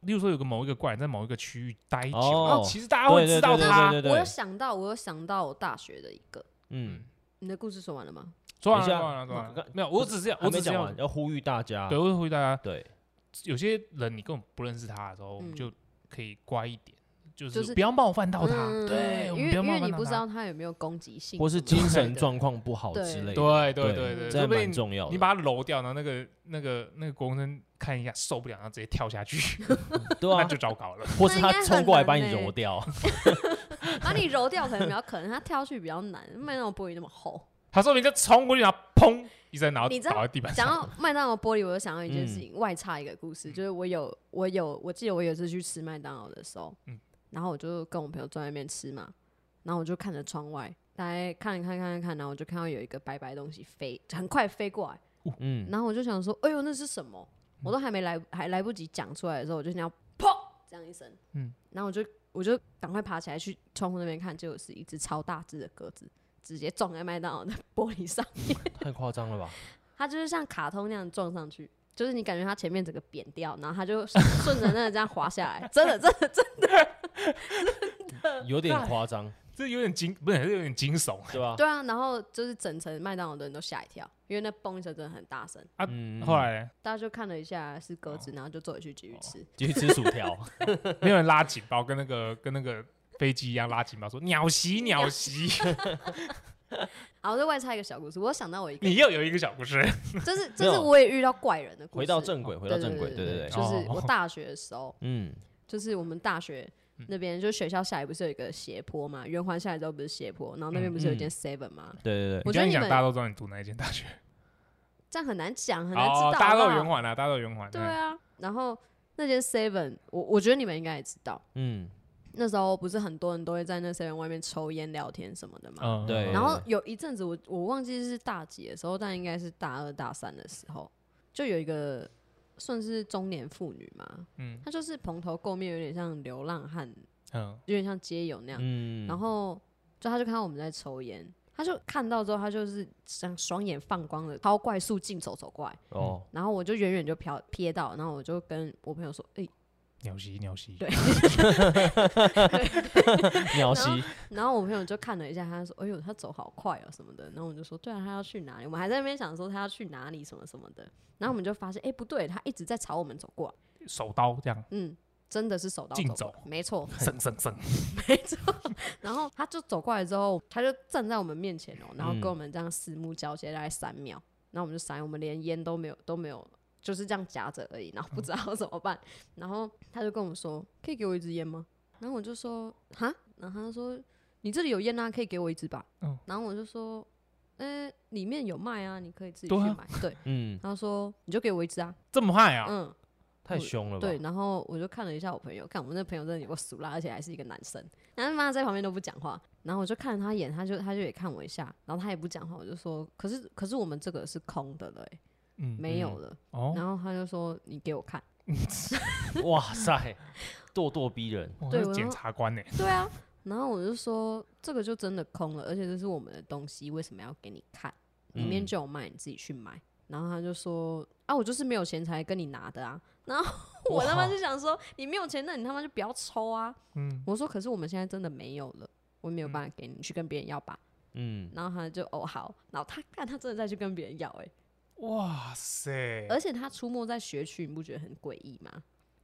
[SPEAKER 1] 例如说有个某一个怪人在某一个区域待久，
[SPEAKER 3] 哦
[SPEAKER 1] 然后其实大家会知道
[SPEAKER 3] 对
[SPEAKER 1] 他。
[SPEAKER 3] 对对
[SPEAKER 2] 我有想到，我有想到我大学的一个。
[SPEAKER 3] 嗯，
[SPEAKER 2] 你的故事说完了吗？
[SPEAKER 1] 说完了
[SPEAKER 3] 等一下
[SPEAKER 1] 说完了说完
[SPEAKER 3] 刚
[SPEAKER 1] 了，没有，我只是要我
[SPEAKER 3] 还没
[SPEAKER 1] 只是
[SPEAKER 3] 讲
[SPEAKER 1] 要
[SPEAKER 3] 完，要呼吁大家，
[SPEAKER 1] 对，我会回答大家，
[SPEAKER 3] 对，
[SPEAKER 1] 有些人你根本不认识他的时候，我们
[SPEAKER 2] 嗯
[SPEAKER 1] 就可以乖一点，就
[SPEAKER 2] 就是
[SPEAKER 1] 是不要冒犯到他。
[SPEAKER 2] 嗯
[SPEAKER 1] 对，我
[SPEAKER 2] 因
[SPEAKER 1] 们
[SPEAKER 2] 为
[SPEAKER 1] 不要
[SPEAKER 2] 因
[SPEAKER 1] 冒
[SPEAKER 2] 为
[SPEAKER 1] 犯
[SPEAKER 2] 你
[SPEAKER 1] 到
[SPEAKER 2] 不知
[SPEAKER 1] 他。
[SPEAKER 2] 道他有没有攻击性，
[SPEAKER 3] 或是
[SPEAKER 2] 什么
[SPEAKER 3] 精
[SPEAKER 2] 之类
[SPEAKER 3] 神
[SPEAKER 2] 的。
[SPEAKER 3] 状况不好
[SPEAKER 2] 对
[SPEAKER 3] 之类的，
[SPEAKER 1] 对
[SPEAKER 3] 对
[SPEAKER 1] 对对对，
[SPEAKER 3] 这
[SPEAKER 1] 说
[SPEAKER 3] 还
[SPEAKER 1] 不定
[SPEAKER 3] 蛮重要的。
[SPEAKER 1] 你把他楼掉，然后那个那个那个国中生看一下受不了，然后直接跳下去，
[SPEAKER 3] *laughs* 对
[SPEAKER 1] 那
[SPEAKER 3] 啊
[SPEAKER 1] 就，糟糕了。
[SPEAKER 3] 或是
[SPEAKER 2] 那
[SPEAKER 3] 他
[SPEAKER 2] 应该
[SPEAKER 3] 冲
[SPEAKER 2] 很
[SPEAKER 3] 过来
[SPEAKER 2] 难
[SPEAKER 3] 把你
[SPEAKER 2] 欸
[SPEAKER 3] 揉掉，
[SPEAKER 2] 把你揉掉可能比较可能，他跳去比较难，麦当劳玻璃那
[SPEAKER 1] *laughs*
[SPEAKER 2] 么厚。
[SPEAKER 1] 他说你就冲过去，然后砰一声，然后
[SPEAKER 2] 你知道
[SPEAKER 1] 倒在地板
[SPEAKER 2] 讲
[SPEAKER 1] 上。
[SPEAKER 2] 到麦当劳玻璃，我就想到一件事
[SPEAKER 1] 嗯
[SPEAKER 2] 情，外插一个故事，就是我有我有我记得我有一次去吃麦当劳的时候，
[SPEAKER 1] 嗯
[SPEAKER 2] 然后我就跟我朋友坐在那边吃嘛，然后我就看着窗外，大概看一看看一看，然后我就看到有一个白白的东西飞，很快飞过来，
[SPEAKER 3] 嗯，
[SPEAKER 2] *laughs* 然后我就想说，哎呦，那是什么？我都还没来，还来不及讲出来的时候，我就听到砰这样一声，
[SPEAKER 1] 嗯
[SPEAKER 2] 然后我就我就赶快爬起来去窗户那边看，结果是一只超大只的鸽子，直接撞在麦当劳的 *laughs* 玻璃上，
[SPEAKER 3] 太夸张
[SPEAKER 2] *laughs*
[SPEAKER 3] 了吧？
[SPEAKER 2] 它就是像卡通那样撞上去。就是你感觉它前面整个扁掉，然后它就顺着那个这样滑下来，真的真的真的
[SPEAKER 3] 有点夸张，
[SPEAKER 1] 这有点惊，不是，这有点惊悚
[SPEAKER 3] 对吧？
[SPEAKER 2] 对啊。然后就是整层麦当劳的人都吓一跳，因为那嘣一声真的很大声，
[SPEAKER 1] 啊。
[SPEAKER 3] 嗯
[SPEAKER 1] 后来
[SPEAKER 2] 大家就看了一下是鸽子，然后就坐回去继续吃。
[SPEAKER 3] 继续吃薯
[SPEAKER 2] *laughs*
[SPEAKER 3] 条，
[SPEAKER 1] 没有人拉警报，跟那个跟那个飞机一样拉警报，说鸟袭鸟袭。
[SPEAKER 2] 然后我就外插一个小故事，我想到我一个
[SPEAKER 1] 你又有一个小故事，
[SPEAKER 2] 就是
[SPEAKER 3] 没
[SPEAKER 2] 就
[SPEAKER 3] 有
[SPEAKER 2] 是我也遇到怪人的故事。
[SPEAKER 3] 回到正轨，回
[SPEAKER 2] 对
[SPEAKER 3] 到
[SPEAKER 2] 对
[SPEAKER 3] 正轨，对
[SPEAKER 2] 哦对
[SPEAKER 3] 对对，
[SPEAKER 2] 就是
[SPEAKER 1] 哦
[SPEAKER 2] 我大学的时候，
[SPEAKER 3] 嗯，
[SPEAKER 2] 就是我们大学那边，就是学校下来不是有一个斜坡嘛？圆环下来之后不是斜坡，然后那边不是有一
[SPEAKER 3] 嗯
[SPEAKER 2] 间 Seven 嘛？
[SPEAKER 3] 对对对，
[SPEAKER 2] 我
[SPEAKER 1] 你
[SPEAKER 2] 觉
[SPEAKER 1] 这
[SPEAKER 2] 得
[SPEAKER 1] 样
[SPEAKER 2] 你
[SPEAKER 1] 讲，
[SPEAKER 2] 们
[SPEAKER 1] 大家都知道你读哪一间大学。
[SPEAKER 2] 这样很难讲，很难知道。
[SPEAKER 1] 哦，大家都
[SPEAKER 2] 好
[SPEAKER 1] 有
[SPEAKER 2] 不好
[SPEAKER 1] 圆环啦，大家都有圆环。
[SPEAKER 2] 对
[SPEAKER 1] 嗯，
[SPEAKER 2] 啊，然后那间 Seven，我我觉得你们应该也知道，
[SPEAKER 3] 嗯，
[SPEAKER 2] 那时候不是很多人都会在那 Seven 外面抽烟聊天什么的嘛？
[SPEAKER 1] 嗯
[SPEAKER 3] 哦对
[SPEAKER 1] 嗯
[SPEAKER 2] 然后有一阵子我我忘记是大几的时候，但应该是大二大三的时候，就有一个算是中年妇女嘛，
[SPEAKER 1] 嗯
[SPEAKER 2] 她就是蓬头垢面，有点像流浪汉，
[SPEAKER 1] 嗯，
[SPEAKER 2] 有点像街友那样。
[SPEAKER 3] 嗯，
[SPEAKER 2] 然后就她就看到我们在抽烟，她就看到之后，她就是像双眼放光的超快速竞走走过来，
[SPEAKER 3] 哦，
[SPEAKER 2] 然后我就远远就瞟瞥到，然后我就跟我朋友说，哎、
[SPEAKER 1] 鸟袭鸟袭。
[SPEAKER 2] 对
[SPEAKER 3] 鸟
[SPEAKER 2] *laughs*
[SPEAKER 3] 西，
[SPEAKER 2] 嗯然后我朋友就看了一下，他说：“哎呦，他走好快哦、什么的。”然后我就说：“对啊，他要去哪里？”我们还在那边想说他要去哪里什么什么的。然后我们就发现，哎、不对，他一直在朝我们走过来。
[SPEAKER 1] 手刀这样，
[SPEAKER 2] 嗯，真的是手刀
[SPEAKER 1] 竞
[SPEAKER 2] 走过来，没错
[SPEAKER 1] 蹭蹭蹭，
[SPEAKER 2] 没错。然后他就走过来之后，他就站在我们面前哦、
[SPEAKER 1] 嗯
[SPEAKER 2] 然后跟我们这样四目交接大概三秒，然后我们就闪，我们连烟都没有都没有，就是这样夹着而已，然后不知道怎么办。 *laughs* 然后他就跟我们说：“可以给我一支烟吗？”然后我就说：“哈。”然后他说：“你这里有烟啊，可以给我一支吧。”
[SPEAKER 1] 嗯
[SPEAKER 2] 然后我就说：“呃、里面有卖啊，你可以自己去
[SPEAKER 1] 对啊
[SPEAKER 2] 买。对，
[SPEAKER 3] 嗯，
[SPEAKER 2] 他说：“你就给我一支啊。
[SPEAKER 1] 这么害啊！
[SPEAKER 2] 嗯，
[SPEAKER 3] 太凶了吧？
[SPEAKER 2] 对。然后我就看了一下我朋友，看我们那朋友真的有个俗啦，而且还是一个男生。然后妈在旁边都不讲话，然后我就看了他一眼，他就他就也看我一下，然后他也不讲话，我就说：“可是可是我们这个是空的了、欸，
[SPEAKER 1] 嗯，
[SPEAKER 2] 没有了。
[SPEAKER 1] 哦，
[SPEAKER 2] 然后他就说：“你给我看。”
[SPEAKER 3] 哇塞，咄咄逼人，
[SPEAKER 1] 我
[SPEAKER 2] 对
[SPEAKER 1] 是
[SPEAKER 2] 我
[SPEAKER 1] 检
[SPEAKER 2] 要
[SPEAKER 1] 察官呢，
[SPEAKER 2] 对啊，然后我就说这个就真的空了，而且这是我们的东西，为什么要给你看？里面
[SPEAKER 3] 嗯
[SPEAKER 2] 就有卖，你自己去买。然后他就说啊，我就是没有钱才跟你拿的啊。然后 *laughs* 我他妈
[SPEAKER 3] 哇
[SPEAKER 2] 就想说，你没有钱，那你他妈就不要抽啊。
[SPEAKER 1] 嗯，
[SPEAKER 2] 我说可是我们现在真的没有了。我没有办法给你，你去跟别人要吧。
[SPEAKER 3] 嗯，
[SPEAKER 2] 然后他就哦好，然后他看他真的再去跟别人要、欸，哎，
[SPEAKER 1] 哇塞！
[SPEAKER 2] 而且他出没在学区，你不觉得很诡异吗？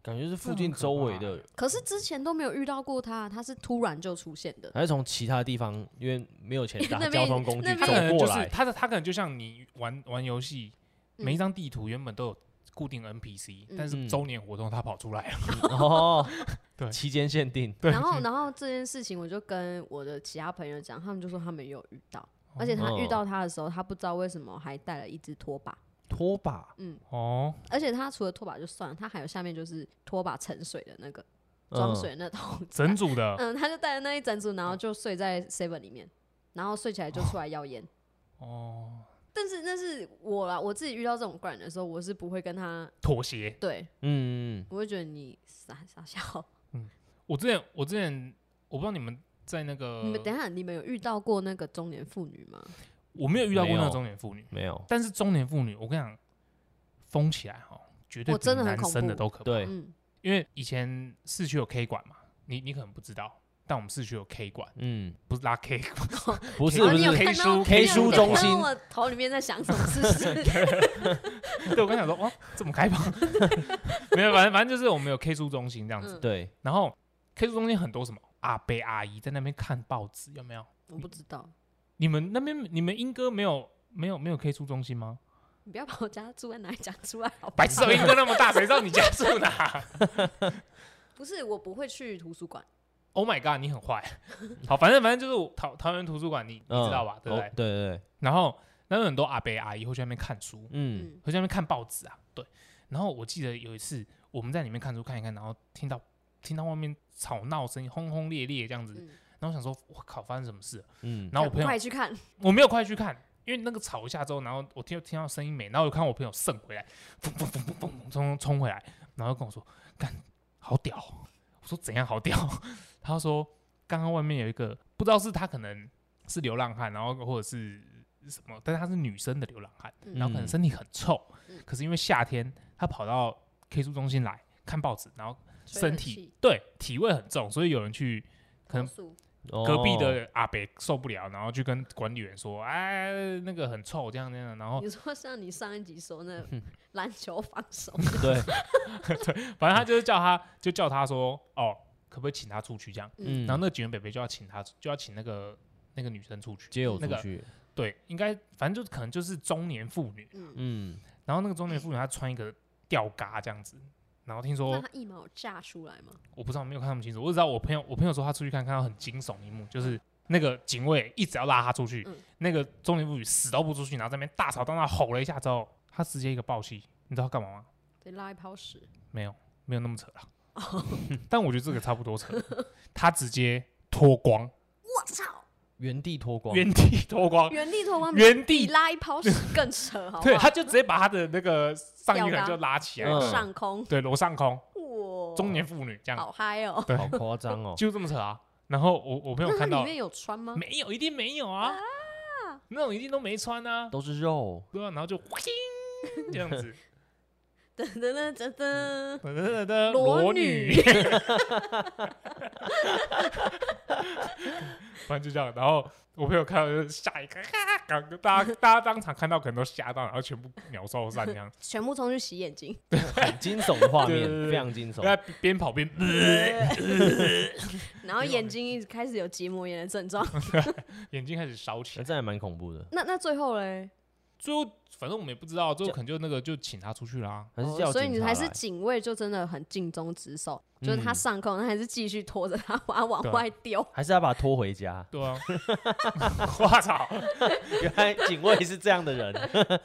[SPEAKER 3] 感觉是附
[SPEAKER 1] 这
[SPEAKER 3] 近
[SPEAKER 1] 很可
[SPEAKER 3] 周围
[SPEAKER 1] 怕
[SPEAKER 3] 的，
[SPEAKER 2] 可是之前都没有遇到过他，他是突然就出现
[SPEAKER 3] *laughs*
[SPEAKER 2] 的。
[SPEAKER 3] 还是从其他地方，因为没有钱搭
[SPEAKER 2] 那
[SPEAKER 3] 交
[SPEAKER 2] 边
[SPEAKER 3] 通工具
[SPEAKER 2] 那
[SPEAKER 1] 他
[SPEAKER 3] 走
[SPEAKER 1] 可能就
[SPEAKER 3] 过
[SPEAKER 1] 是
[SPEAKER 3] 来，
[SPEAKER 1] 他的，他可能就像你玩玩游戏，
[SPEAKER 2] 嗯
[SPEAKER 1] 每一张地图原本都有固定 NPC，、
[SPEAKER 2] 嗯
[SPEAKER 1] 但是
[SPEAKER 3] 嗯
[SPEAKER 1] 周年活动他跑出来了，
[SPEAKER 3] 哦
[SPEAKER 2] *laughs*
[SPEAKER 1] 对，
[SPEAKER 3] 期间限定，
[SPEAKER 1] 对
[SPEAKER 2] 然后，然后这件事情我就跟我的其他朋友讲，他们就说他们有遇到，而且他遇到他的时候，他不知道为什么还带了一只拖把，
[SPEAKER 3] 拖把，
[SPEAKER 1] 哦，
[SPEAKER 2] 而且他除了拖把就算了，他还有下面就是拖把盛水的那个
[SPEAKER 3] 嗯
[SPEAKER 2] 装水的那桶子啊，
[SPEAKER 1] 整组的、
[SPEAKER 2] 嗯，他就带了那一整组，然后就睡在 seven 里面，然后睡起来就出来要烟。
[SPEAKER 1] 哦，
[SPEAKER 2] 但是那是我啦，我自己遇到这种怪人的时候，我是不会跟他
[SPEAKER 1] 妥协。
[SPEAKER 2] 对，
[SPEAKER 3] 嗯，嗯
[SPEAKER 2] 我会觉得你傻傻笑。
[SPEAKER 1] 我之前我之前我不知道你们在那个，
[SPEAKER 2] 你们等一下，你们有遇到过那个中年妇女吗？
[SPEAKER 1] 我没有遇到过
[SPEAKER 3] 没
[SPEAKER 1] 那
[SPEAKER 3] 有
[SPEAKER 1] 个中年妇女，
[SPEAKER 3] 没有，
[SPEAKER 1] 但是中年妇女，我跟你讲，疯起来哈，绝对
[SPEAKER 2] 我
[SPEAKER 1] 比
[SPEAKER 2] 真的很
[SPEAKER 1] 男
[SPEAKER 2] 恐
[SPEAKER 1] 生的
[SPEAKER 2] 怖
[SPEAKER 1] 都可怕。
[SPEAKER 3] 对，
[SPEAKER 2] 嗯，
[SPEAKER 1] 因为以前市区有 K 馆嘛，你你可能不知道，但我们市区有 K 馆，
[SPEAKER 3] 嗯，
[SPEAKER 1] 不是拉 K
[SPEAKER 3] 不是
[SPEAKER 1] 然
[SPEAKER 2] 哦
[SPEAKER 1] 后
[SPEAKER 3] 不
[SPEAKER 2] 你有
[SPEAKER 3] 是，
[SPEAKER 1] K
[SPEAKER 2] 看到
[SPEAKER 1] 书
[SPEAKER 2] 你有
[SPEAKER 3] K 书中心
[SPEAKER 2] 看到我头里面在想什么事情？
[SPEAKER 1] *laughs* 对，我刚想说，哇，这么开放？ *laughs* 没有，反正反正就是我们有 K 书中心这样子，
[SPEAKER 2] 嗯
[SPEAKER 3] 对，
[SPEAKER 1] 然后 K 书中心很多什么阿伯阿姨在那边看报纸，有没有？
[SPEAKER 2] *laughs* 我不知道，
[SPEAKER 1] 你们那边你们英歌没有没有没有 K 书中心吗？
[SPEAKER 2] 你不要把我家住在哪里讲出来好不好
[SPEAKER 1] 白痴哦，英歌那么大，谁知道你家住哪
[SPEAKER 2] 不是，我不会去图书馆。
[SPEAKER 1] ？Oh my god，你很坏。好，反正反正就是我桃桃园图书馆，你你知道吧？
[SPEAKER 3] 嗯
[SPEAKER 1] 对不
[SPEAKER 3] 哦
[SPEAKER 1] 对？
[SPEAKER 3] 对对，
[SPEAKER 1] 然后那有很多阿伯阿姨会去那边看书，
[SPEAKER 3] 嗯，
[SPEAKER 2] 嗯，
[SPEAKER 1] 回去那边看报纸啊，对。然后我记得有一次我们在里面看书看一看，然后听到听到外面吵闹声音，轰轰烈烈这样子，
[SPEAKER 2] 嗯
[SPEAKER 1] 然后我想说，我靠，发生什么事了？
[SPEAKER 3] 嗯，
[SPEAKER 1] 然后我朋友
[SPEAKER 2] 快去看，
[SPEAKER 1] 我没有快去看，因为那个吵一下之后，然后我听听到声音没，然后我看我朋友渗回来，砰砰砰砰砰砰冲冲回来，然后跟我说，干好屌哦，我说怎样好屌？他说刚刚外面有一个不知道是他可能是流浪汉，然后或者是什么，但是他是女生的流浪汉，
[SPEAKER 2] 嗯
[SPEAKER 1] 然后可能身体很臭，
[SPEAKER 2] 嗯
[SPEAKER 1] 可是因为夏天他跑到 K 书中心来看报纸，然后身
[SPEAKER 2] 吹冷
[SPEAKER 1] 体
[SPEAKER 2] 气
[SPEAKER 1] 对体味很重，所以有人去。可能
[SPEAKER 2] 投诉
[SPEAKER 1] 隔壁
[SPEAKER 3] 哦
[SPEAKER 1] 的阿北受不了，然后就跟管理员说：“哎，那个很臭，这样这样。”然后
[SPEAKER 2] 你说像你上一集说那
[SPEAKER 1] 嗯
[SPEAKER 2] 篮球防守，
[SPEAKER 3] 对，
[SPEAKER 2] *laughs*
[SPEAKER 1] 反正他就是叫他，就叫他说：“哦，可不可以请他出去？”这样，
[SPEAKER 3] 嗯，
[SPEAKER 1] 然后那个警员北北就要请他，就要请那个那个女生出去。
[SPEAKER 3] 街友
[SPEAKER 1] 那
[SPEAKER 3] 出
[SPEAKER 1] 个
[SPEAKER 3] 去，
[SPEAKER 1] 对，应该反正就可能就是中年妇女，
[SPEAKER 2] 嗯，
[SPEAKER 3] 嗯，
[SPEAKER 1] 然后那个中年妇女她穿一个吊嘎这样子，然后听
[SPEAKER 2] 那
[SPEAKER 1] 说
[SPEAKER 2] 他一毛有炸出来吗？
[SPEAKER 1] 我不知道没有看那么清楚，我只知道我朋友我朋友说他出去看看到很惊悚一幕，就是那个警卫一直要拉他出去，
[SPEAKER 2] 嗯
[SPEAKER 1] 那个中年妇女死都不出去，然后在那边大吵大闹吼了一下之后，他直接一个暴气，你知道他干嘛吗？
[SPEAKER 2] 被拉一泡屎，
[SPEAKER 1] 没有，没有那么扯了。
[SPEAKER 2] 哦
[SPEAKER 1] *laughs* 但我觉得这个差不多扯，他直接脱光，
[SPEAKER 2] 我操！
[SPEAKER 3] 原地脱光，
[SPEAKER 1] 原地脱光，
[SPEAKER 2] 原地脱光比
[SPEAKER 1] 哦原
[SPEAKER 2] 比
[SPEAKER 1] 地，
[SPEAKER 2] 拉一泡屎更扯，好不
[SPEAKER 1] 对，
[SPEAKER 2] 好
[SPEAKER 1] 他？就直接把他的那个上衣可能就拉起来，
[SPEAKER 3] 吊带嗯
[SPEAKER 2] 上空，
[SPEAKER 1] 对，楼上空，
[SPEAKER 2] 哇，
[SPEAKER 1] 中年妇女这样，
[SPEAKER 2] 哦好嗨哦！
[SPEAKER 1] 对
[SPEAKER 3] 好夸张哦，
[SPEAKER 1] *laughs* 就这么扯啊。然后我我朋友
[SPEAKER 2] 那它
[SPEAKER 1] 看
[SPEAKER 2] 里
[SPEAKER 1] 到
[SPEAKER 2] 面有穿吗？
[SPEAKER 1] 没有，一定没有啊，那种一定都没穿啊，
[SPEAKER 3] 都是肉，
[SPEAKER 1] 对啊，然后 *laughs* 就这样子，
[SPEAKER 2] 噔噔噔噔噔，
[SPEAKER 1] 噔噔噔噔
[SPEAKER 2] 裸
[SPEAKER 1] 裸
[SPEAKER 2] 女
[SPEAKER 1] 女，反正就这样。然后我朋友看到就吓一个，啊大家大家当场看到可能都吓到，然后全部鸟兽散这样，
[SPEAKER 2] 全部冲去洗眼睛。
[SPEAKER 3] 很惊悚的画
[SPEAKER 1] 对
[SPEAKER 3] 面
[SPEAKER 1] 对，对
[SPEAKER 3] 非常惊悚，
[SPEAKER 1] 在边跑 *laughs* 边，
[SPEAKER 2] *laughs* 然后眼睛一直开始有结膜炎的
[SPEAKER 1] *laughs*
[SPEAKER 2] 症状。
[SPEAKER 1] 眼睛开始烧起
[SPEAKER 3] 那
[SPEAKER 1] 来。
[SPEAKER 3] 这还蛮恐怖的，
[SPEAKER 2] 那那最后嘞，
[SPEAKER 1] 最后反正我们也不知道，最后
[SPEAKER 3] 这
[SPEAKER 1] 可能就那个就请他出去啦。
[SPEAKER 3] 还是
[SPEAKER 2] 哦
[SPEAKER 3] 叫
[SPEAKER 2] 所以
[SPEAKER 3] 警
[SPEAKER 2] 你
[SPEAKER 3] 察
[SPEAKER 2] 还是
[SPEAKER 3] 来
[SPEAKER 2] 警卫就真的很尽忠职守，就是他
[SPEAKER 3] 嗯
[SPEAKER 2] 上空，他还是继续拖着他把他往
[SPEAKER 1] 对啊，
[SPEAKER 2] 外丢。
[SPEAKER 3] 还是要把他拖回家
[SPEAKER 1] 对 *laughs* 啊，我操！
[SPEAKER 3] *laughs* 原来警卫是这样的人，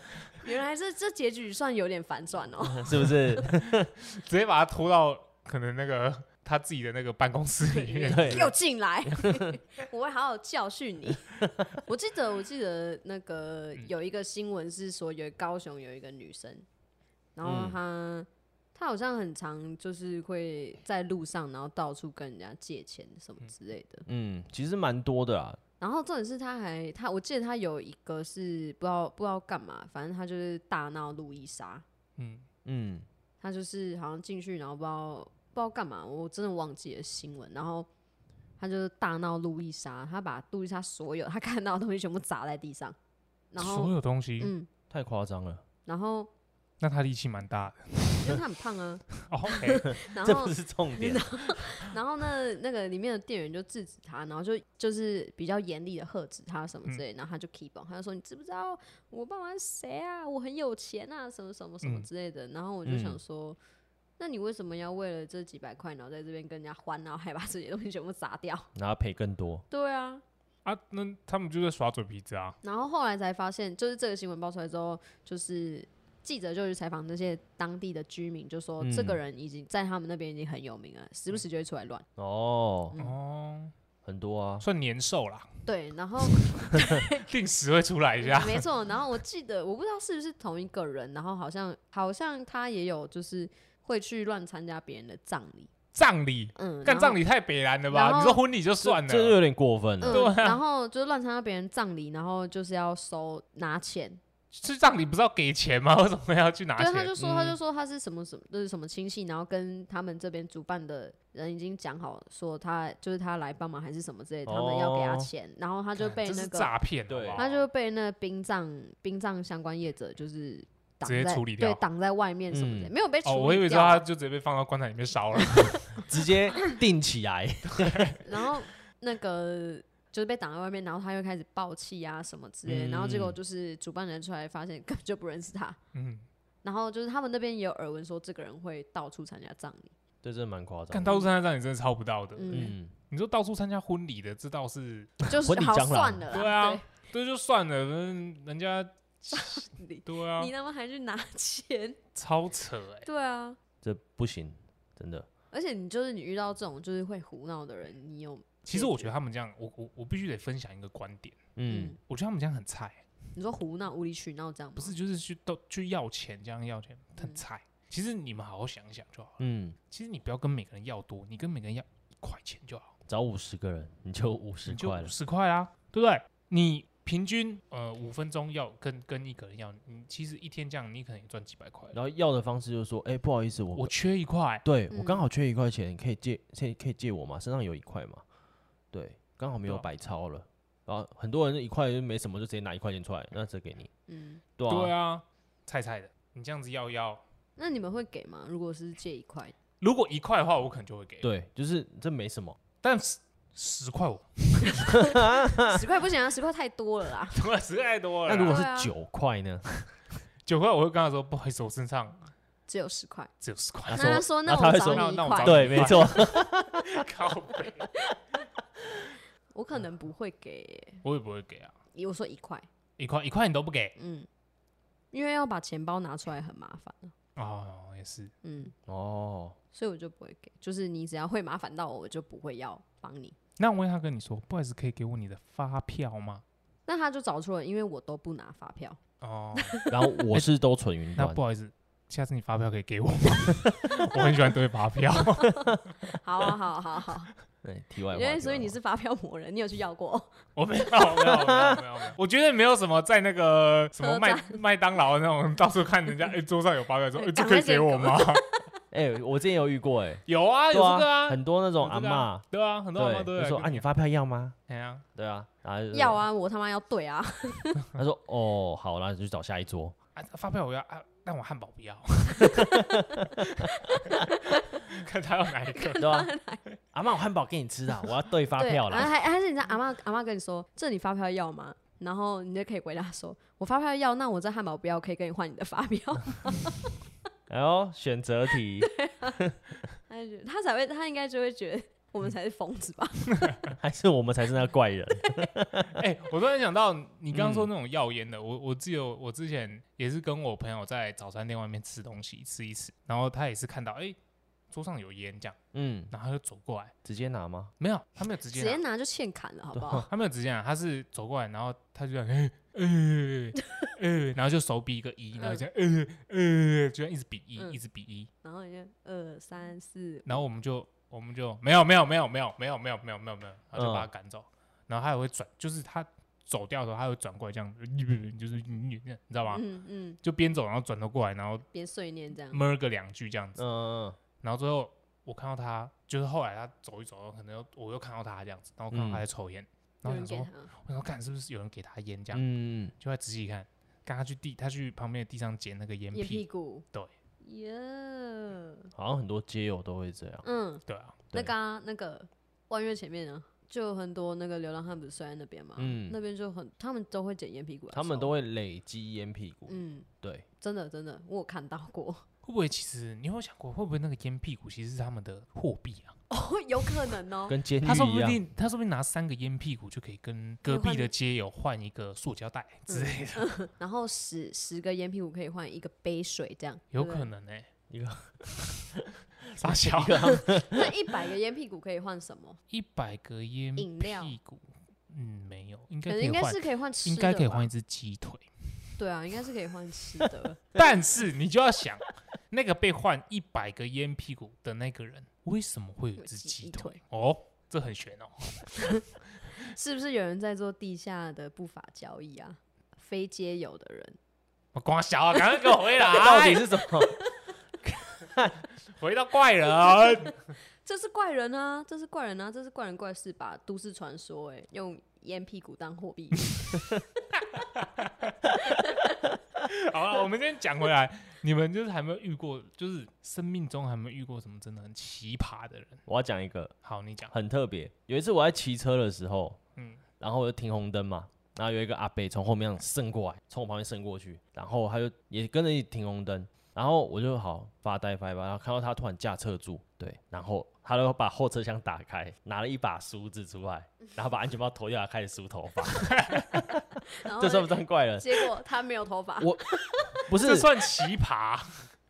[SPEAKER 2] 原来这这结局算有点反转哦。
[SPEAKER 3] *laughs* 是不是？
[SPEAKER 1] 直接把他拖到可能那个他自己的那个办公室里面。
[SPEAKER 3] *laughs* 对
[SPEAKER 2] *laughs* 给我进来，我会好好教训
[SPEAKER 3] *laughs*
[SPEAKER 2] 你。我记得，我记得那个
[SPEAKER 3] 嗯
[SPEAKER 2] 有一个新闻是说，有高雄有一个女生，然后
[SPEAKER 3] 嗯
[SPEAKER 2] 她、她好像很常就是会在路上，然后到处跟人家借钱什么之类的。
[SPEAKER 3] 嗯，其实蛮多的啊啦，
[SPEAKER 2] 然后重点是她还她，我记得她有一个是不知道不知道干嘛，反正她就是大闹路易莎，
[SPEAKER 1] 嗯，
[SPEAKER 3] 嗯，
[SPEAKER 2] 她就是好像进去，然后不知道不知道干嘛，我真的忘记了新闻。然后她就是大闹路易莎，她把路易莎所有她看到的东西全部砸在地上，然
[SPEAKER 1] 所
[SPEAKER 2] 后
[SPEAKER 1] 有东西，
[SPEAKER 2] 嗯，
[SPEAKER 3] 太夸张了，
[SPEAKER 2] 然后
[SPEAKER 1] 那他力气蛮大的。
[SPEAKER 2] 因为他很胖啊，
[SPEAKER 1] 哦 OK， *laughs*
[SPEAKER 3] *laughs*
[SPEAKER 2] 然
[SPEAKER 3] 这
[SPEAKER 2] 后
[SPEAKER 3] 不是重点。
[SPEAKER 2] 然后呢，那个里面的店员就制止他，然后就就是比较严厉的喝止他什么之类，然后他就 keep on，他就说你知不知道我爸爸是谁啊？我很有钱啊，什么什么什么
[SPEAKER 1] 嗯
[SPEAKER 2] 之类的。然后我就想
[SPEAKER 3] 嗯
[SPEAKER 2] 说，那你为什么要为了这几百块，然后在这边跟人家欢，然后还把自己的东西全部砸掉？
[SPEAKER 3] 然后赔更多，
[SPEAKER 2] 对啊，
[SPEAKER 1] 啊，那他们就在耍嘴皮子啊。
[SPEAKER 2] 然后后来才发现，就是这个新闻爆出来之后，就是记者就去采访那些当地的居民，就说、这个
[SPEAKER 3] 嗯
[SPEAKER 2] 人已经在他们那边已经很有名了，时
[SPEAKER 1] 嗯
[SPEAKER 2] 不时就会出来乱。
[SPEAKER 3] 哦，
[SPEAKER 2] 嗯
[SPEAKER 1] 哦，
[SPEAKER 3] 很多啊，
[SPEAKER 1] 算年兽啦，嗯
[SPEAKER 2] 对，然后
[SPEAKER 1] 定时会出来一下。
[SPEAKER 2] 没错，然后我记得我不知道是不是同一个人，然后好像好像他也有就是会去乱参加别人的葬礼，
[SPEAKER 1] 葬礼，
[SPEAKER 2] 嗯，
[SPEAKER 1] 干
[SPEAKER 2] 然后
[SPEAKER 1] 葬礼太北蓝了吧？
[SPEAKER 2] 然后
[SPEAKER 1] 你说婚礼就算
[SPEAKER 3] 这这就
[SPEAKER 1] 了，
[SPEAKER 3] 有点过分
[SPEAKER 2] 嗯，
[SPEAKER 3] 了。
[SPEAKER 1] 对啊
[SPEAKER 2] 然后就是乱参加别人葬礼，然后就是要收拿钱，
[SPEAKER 1] 是葬礼不是要给钱吗？ *laughs* 为什么要去拿
[SPEAKER 2] 对，他
[SPEAKER 1] 钱？
[SPEAKER 2] 就说他
[SPEAKER 3] 嗯
[SPEAKER 2] 就说他是什么什么就是什么亲戚，然后跟他们这边主办的人已经讲好说他就是他来帮忙还是什么之类的，他们要给他
[SPEAKER 3] 哦
[SPEAKER 2] 钱，然后他就
[SPEAKER 1] 干
[SPEAKER 2] 被
[SPEAKER 1] 这
[SPEAKER 2] 那
[SPEAKER 1] 是
[SPEAKER 2] 个
[SPEAKER 1] 诈哦骗，
[SPEAKER 3] 对
[SPEAKER 1] 好不好
[SPEAKER 2] 他就被那殡葬殡葬相关业者就是。挡
[SPEAKER 1] 直接
[SPEAKER 2] 在
[SPEAKER 1] 处理
[SPEAKER 2] 对
[SPEAKER 1] 掉
[SPEAKER 2] 挡在外面什么的，
[SPEAKER 3] 嗯
[SPEAKER 2] 没有被处理
[SPEAKER 1] 哦，
[SPEAKER 2] 掉。
[SPEAKER 1] 我以为说他就直接被放到棺材里面烧了。
[SPEAKER 2] *laughs* 嗯
[SPEAKER 3] 直接定起来，
[SPEAKER 2] 然后那个就是被挡在外面，然后他又开始爆气啊什么之类的，然后结果
[SPEAKER 3] 嗯
[SPEAKER 2] 就是主办人出来发现 *laughs* 根本就不认识他，
[SPEAKER 1] 嗯，
[SPEAKER 2] 然后就是他们那边也有耳闻说这个人会到处参加葬礼，
[SPEAKER 3] 这真的蛮夸
[SPEAKER 1] 看
[SPEAKER 3] 张的。
[SPEAKER 1] 到处参加葬礼真的超不到的。
[SPEAKER 2] 嗯，
[SPEAKER 3] 嗯，
[SPEAKER 1] 你说到处参加婚礼的，这倒是
[SPEAKER 2] 就是
[SPEAKER 3] 婚礼
[SPEAKER 2] 好
[SPEAKER 3] 蟑
[SPEAKER 2] 算
[SPEAKER 3] 螂
[SPEAKER 2] 了啦，
[SPEAKER 1] 对啊，对就算了，人人家
[SPEAKER 2] 对你
[SPEAKER 1] 对啊
[SPEAKER 2] 你，他妈还去拿钱，
[SPEAKER 1] 超扯哎。
[SPEAKER 2] *laughs* 对啊，
[SPEAKER 3] 这不行，真的。
[SPEAKER 2] 而且你就是你遇到这种就是会胡闹的人，你有
[SPEAKER 1] 其实我觉得他们这样，我我我必须得分享一个观点，
[SPEAKER 3] 嗯，
[SPEAKER 1] 我觉得他们这样很菜。欸
[SPEAKER 2] 你说胡闹无理取闹这样吗
[SPEAKER 1] 不是，就是去都去要钱，这样要钱很
[SPEAKER 2] 嗯
[SPEAKER 1] 菜。其实你们好好想一想就好了。
[SPEAKER 3] 嗯，
[SPEAKER 1] 其实你不要跟每个人要多，你跟每个人要一块钱就好，
[SPEAKER 3] 找五十个人你就五十
[SPEAKER 1] 你就
[SPEAKER 3] 块
[SPEAKER 1] 五
[SPEAKER 3] 了，
[SPEAKER 1] 十块啊，对不对？你平均呃五分钟要跟跟一个人要，你其实一天这样你可能也赚几百块了。
[SPEAKER 3] 然后要的方式就是说，哎，不好意思，我
[SPEAKER 1] 我缺一块，欸
[SPEAKER 3] 对我
[SPEAKER 2] 嗯
[SPEAKER 3] 刚好缺一块钱，你可以借，可以可以借我吗？身上有一块嘛，对，刚好没有
[SPEAKER 1] 对啊
[SPEAKER 3] 百钞了。然后很多人一块就没什么，就直接拿一块钱出来，那这给你。
[SPEAKER 2] 嗯，
[SPEAKER 3] 对
[SPEAKER 1] 对
[SPEAKER 3] 啊，
[SPEAKER 1] 啊，菜菜的，你这样子要要，
[SPEAKER 2] 那你们会给吗？如果是借一块，
[SPEAKER 3] *laughs*
[SPEAKER 1] 如果一块的话，我可能就会给，
[SPEAKER 3] 对，就是这没什么。
[SPEAKER 1] 但是十块我，，
[SPEAKER 2] 十块不行啊，十块太多了啦
[SPEAKER 1] 对，十块太多了
[SPEAKER 3] 那
[SPEAKER 1] 啦。
[SPEAKER 3] 如果
[SPEAKER 2] 对啊
[SPEAKER 3] 是九块呢？
[SPEAKER 1] 九块，我会跟他说，不好意思，我身上
[SPEAKER 2] 只有十块。
[SPEAKER 1] 只有十块
[SPEAKER 2] 那
[SPEAKER 3] 他，说
[SPEAKER 2] 他说
[SPEAKER 3] 那他
[SPEAKER 2] 我
[SPEAKER 3] 会
[SPEAKER 2] 找
[SPEAKER 3] 说
[SPEAKER 1] 那
[SPEAKER 2] 你一
[SPEAKER 1] 那我
[SPEAKER 2] 块
[SPEAKER 1] 找，
[SPEAKER 3] 对，
[SPEAKER 1] 你
[SPEAKER 3] 没
[SPEAKER 1] 一块
[SPEAKER 3] 错。
[SPEAKER 1] *laughs* 靠背，
[SPEAKER 2] 我可能不会给，
[SPEAKER 1] 我也不会给啊，
[SPEAKER 2] 我说一块，
[SPEAKER 1] 一块一块你都不给，
[SPEAKER 2] 嗯，因为要把钱包拿出来很麻烦，啊
[SPEAKER 1] 哦，也是，
[SPEAKER 2] 嗯，
[SPEAKER 3] 哦，
[SPEAKER 2] 所以我就不会给。就是你只要会麻烦到我，我就不会要帮你。
[SPEAKER 1] 那我问他跟你说，不好意思，可以给我你的发票吗？
[SPEAKER 2] 那他就找出了，因为我都不拿发票，
[SPEAKER 1] 哦，
[SPEAKER 3] 然后我是都存云
[SPEAKER 1] 那
[SPEAKER 3] 端
[SPEAKER 1] 不，好意思，下次你发票可以给我吗？ *laughs* 我很喜欢堆发票。
[SPEAKER 2] 好啊，好啊好啊好
[SPEAKER 3] *laughs*
[SPEAKER 2] 啊，
[SPEAKER 3] 对，哎题外话。
[SPEAKER 2] 因为
[SPEAKER 3] 题
[SPEAKER 2] 所以
[SPEAKER 3] 外
[SPEAKER 2] 你
[SPEAKER 3] 话
[SPEAKER 2] 是发票魔人，你有去要过哦？
[SPEAKER 1] *laughs* 我没有，没有，没有，没有，没有。我觉得没有什么在那个什么
[SPEAKER 2] 车
[SPEAKER 1] 麦
[SPEAKER 2] 站
[SPEAKER 1] 麦当劳那种到处看人 *laughs* 家，哎、桌上有发票说，哎、
[SPEAKER 2] 对
[SPEAKER 1] 这
[SPEAKER 2] 赶
[SPEAKER 1] 可
[SPEAKER 2] 快
[SPEAKER 1] 以给
[SPEAKER 2] 给
[SPEAKER 1] 我
[SPEAKER 2] 我
[SPEAKER 1] 吗？
[SPEAKER 3] 哎、我之前有遇过哎、
[SPEAKER 1] 有 *laughs* 啊，有
[SPEAKER 3] 对
[SPEAKER 1] 这个
[SPEAKER 3] 啊，
[SPEAKER 1] 啊，
[SPEAKER 3] 很多那种阿
[SPEAKER 1] 有这个
[SPEAKER 3] 嬷，
[SPEAKER 1] 啊对啊，很多阿妈都
[SPEAKER 3] 对，就说啊，你
[SPEAKER 1] 发，
[SPEAKER 3] 发票要吗？
[SPEAKER 1] 哎呀，
[SPEAKER 3] 对啊，然后就说
[SPEAKER 2] 要，啊，我他妈要对啊，
[SPEAKER 3] 他说哦，好，然后就去找下一桌，
[SPEAKER 1] 啊，发票我要啊，但我汉堡不要。看他要哪一个？
[SPEAKER 2] *laughs*
[SPEAKER 3] 对啊，阿嬷，我汉堡给你吃的，啊我要对发
[SPEAKER 2] 对，
[SPEAKER 3] 票
[SPEAKER 2] 然后
[SPEAKER 3] 啦，
[SPEAKER 2] 还还是你在阿妈阿妈跟你说，这你发票要吗？然后你就可以回答说，我发票要，那我这汉堡不要，可以跟你换你的发
[SPEAKER 3] *laughs*
[SPEAKER 2] 票。 *laughs*
[SPEAKER 3] 哎呦，选择
[SPEAKER 1] *laughs*
[SPEAKER 3] 题，
[SPEAKER 2] 他就觉得他才会，他应该就会觉得我们才是疯子吧？
[SPEAKER 3] 还 *laughs* 是啊我们才是那怪人？
[SPEAKER 1] 哎、我突然想到，你刚刚说
[SPEAKER 3] 嗯
[SPEAKER 1] 那种耀烟的，我我记得我之前也是跟我朋友在早餐店外面吃东西，吃一吃，然后他也是看到，哎、桌上有烟这样，
[SPEAKER 3] 嗯，
[SPEAKER 1] 然后他就走过来，
[SPEAKER 3] 直接拿吗？
[SPEAKER 1] 没有，他没有直
[SPEAKER 2] 直
[SPEAKER 1] 接
[SPEAKER 2] 接
[SPEAKER 1] 拿，
[SPEAKER 2] 拿就欠砍了，好不
[SPEAKER 3] 啊
[SPEAKER 2] 好？
[SPEAKER 1] 他没有直接拿，他是走过来，然后他就这样，哎、呃呃然后就手比一个一，然后就这样，呃呃，就这样一直比一，
[SPEAKER 2] 嗯
[SPEAKER 1] 一直比一，
[SPEAKER 2] 然后你就二三四，
[SPEAKER 1] 然后我们就我们就没有没有没有没有没有没有没有没有没有，然后就
[SPEAKER 3] 嗯
[SPEAKER 1] 把他赶走，然后他也会转，就是他走掉的时候，他会转过来这样，就是你知道吗？
[SPEAKER 2] 嗯嗯，
[SPEAKER 1] 就边走然后转头过来，然后
[SPEAKER 2] 别碎念这样。
[SPEAKER 1] 闷个两句这样子，
[SPEAKER 3] 嗯、嗯
[SPEAKER 1] 然后最后我看到他，就是后来他走一走，可能又我又看到他这样子，然后看到他在抽烟，
[SPEAKER 2] 嗯有
[SPEAKER 1] 然后
[SPEAKER 2] 人
[SPEAKER 1] 想
[SPEAKER 2] 给
[SPEAKER 1] 说，
[SPEAKER 2] 他，
[SPEAKER 1] 我想说看是不是有人给他烟这样，
[SPEAKER 3] 嗯，
[SPEAKER 1] 就会仔细看，跟他去地，他去旁边的地上捡那个烟
[SPEAKER 2] 眼屁
[SPEAKER 1] 屁。
[SPEAKER 2] 股，
[SPEAKER 1] 对，
[SPEAKER 2] 耶，
[SPEAKER 3] 好像很多街友都会这样。
[SPEAKER 2] 嗯，
[SPEAKER 1] 对啊，
[SPEAKER 2] 那
[SPEAKER 3] 对
[SPEAKER 2] 刚刚那个万月前面呢，就有很多那个流浪汉不是睡在那边嘛，
[SPEAKER 3] 嗯
[SPEAKER 2] 那边就很，他们都会捡烟屁股，
[SPEAKER 3] 他们都，会累积烟屁股，
[SPEAKER 2] 嗯，
[SPEAKER 3] 对，
[SPEAKER 2] 真的真的，我有看到过， *laughs*
[SPEAKER 1] 会不会其实你有没有想过，会不会那个烟屁股其实是他们的货币啊？
[SPEAKER 2] 哦，有可
[SPEAKER 1] *laughs*
[SPEAKER 2] 能哦，
[SPEAKER 3] 跟监狱
[SPEAKER 1] 他说
[SPEAKER 3] 一
[SPEAKER 1] 不
[SPEAKER 3] 样。
[SPEAKER 1] 定，他说不定拿三个烟屁股就可以跟隔壁的街友换一个塑胶袋之类的，
[SPEAKER 2] 然后十十个烟屁股可以换一个杯水，这样
[SPEAKER 1] 有
[SPEAKER 2] 对不对
[SPEAKER 1] 可能哎、
[SPEAKER 3] 一个
[SPEAKER 1] *laughs* 傻小
[SPEAKER 3] 一个他们
[SPEAKER 2] 那一百个烟屁股可以换什么？
[SPEAKER 1] *laughs* 一百个烟
[SPEAKER 2] 饮料
[SPEAKER 1] 屁股，嗯，没有，应
[SPEAKER 2] 可
[SPEAKER 1] 该可以
[SPEAKER 2] 能应该
[SPEAKER 1] 换
[SPEAKER 2] 是，可以换吃的，
[SPEAKER 1] 应该可以换一。只鸡腿。
[SPEAKER 2] 对啊，应该是可以换吃
[SPEAKER 1] *laughs*
[SPEAKER 2] 的。
[SPEAKER 1] 但是你就要想，那个被换一百个烟屁股的那个人，为什么会有一只鸡
[SPEAKER 2] 有鸡
[SPEAKER 1] 腿？哦，这很悬哦。
[SPEAKER 2] 是不是有人在做地下的不法交易啊？非街友的人，
[SPEAKER 1] 我光小啊，赶快给我
[SPEAKER 3] *laughs*
[SPEAKER 1] 回来！
[SPEAKER 3] 到底是怎么？ *laughs*
[SPEAKER 1] 回到怪人？
[SPEAKER 2] 这是怪人啊，这是怪人啊，这是怪人怪事吧？都市传说、欸，哎，用烟屁股当货币，
[SPEAKER 1] *laughs* 好了，我们先讲回来，你们就是还没有遇过，就是生命中还没有遇过什么真的很奇葩的人？
[SPEAKER 3] 我要讲一个
[SPEAKER 1] 好，你讲。
[SPEAKER 3] 很特别。有一次我在骑车的时候，
[SPEAKER 1] 嗯，
[SPEAKER 3] 然后我就停红灯嘛，然后有一个阿伯从后面这样渗过来，从我旁边渗过去，然后他就也跟着一起停红灯，然后我就好发呆发呆，然后看到他突然架侧住，对，然后他就把后车厢打开，拿了一把梳子出来，然后把安全帽脱掉来开始梳头发，
[SPEAKER 2] 然后
[SPEAKER 3] 这算不算怪
[SPEAKER 2] *laughs*
[SPEAKER 3] 人？
[SPEAKER 2] 结果他没有头发
[SPEAKER 3] 我，不是
[SPEAKER 1] 这，算奇葩？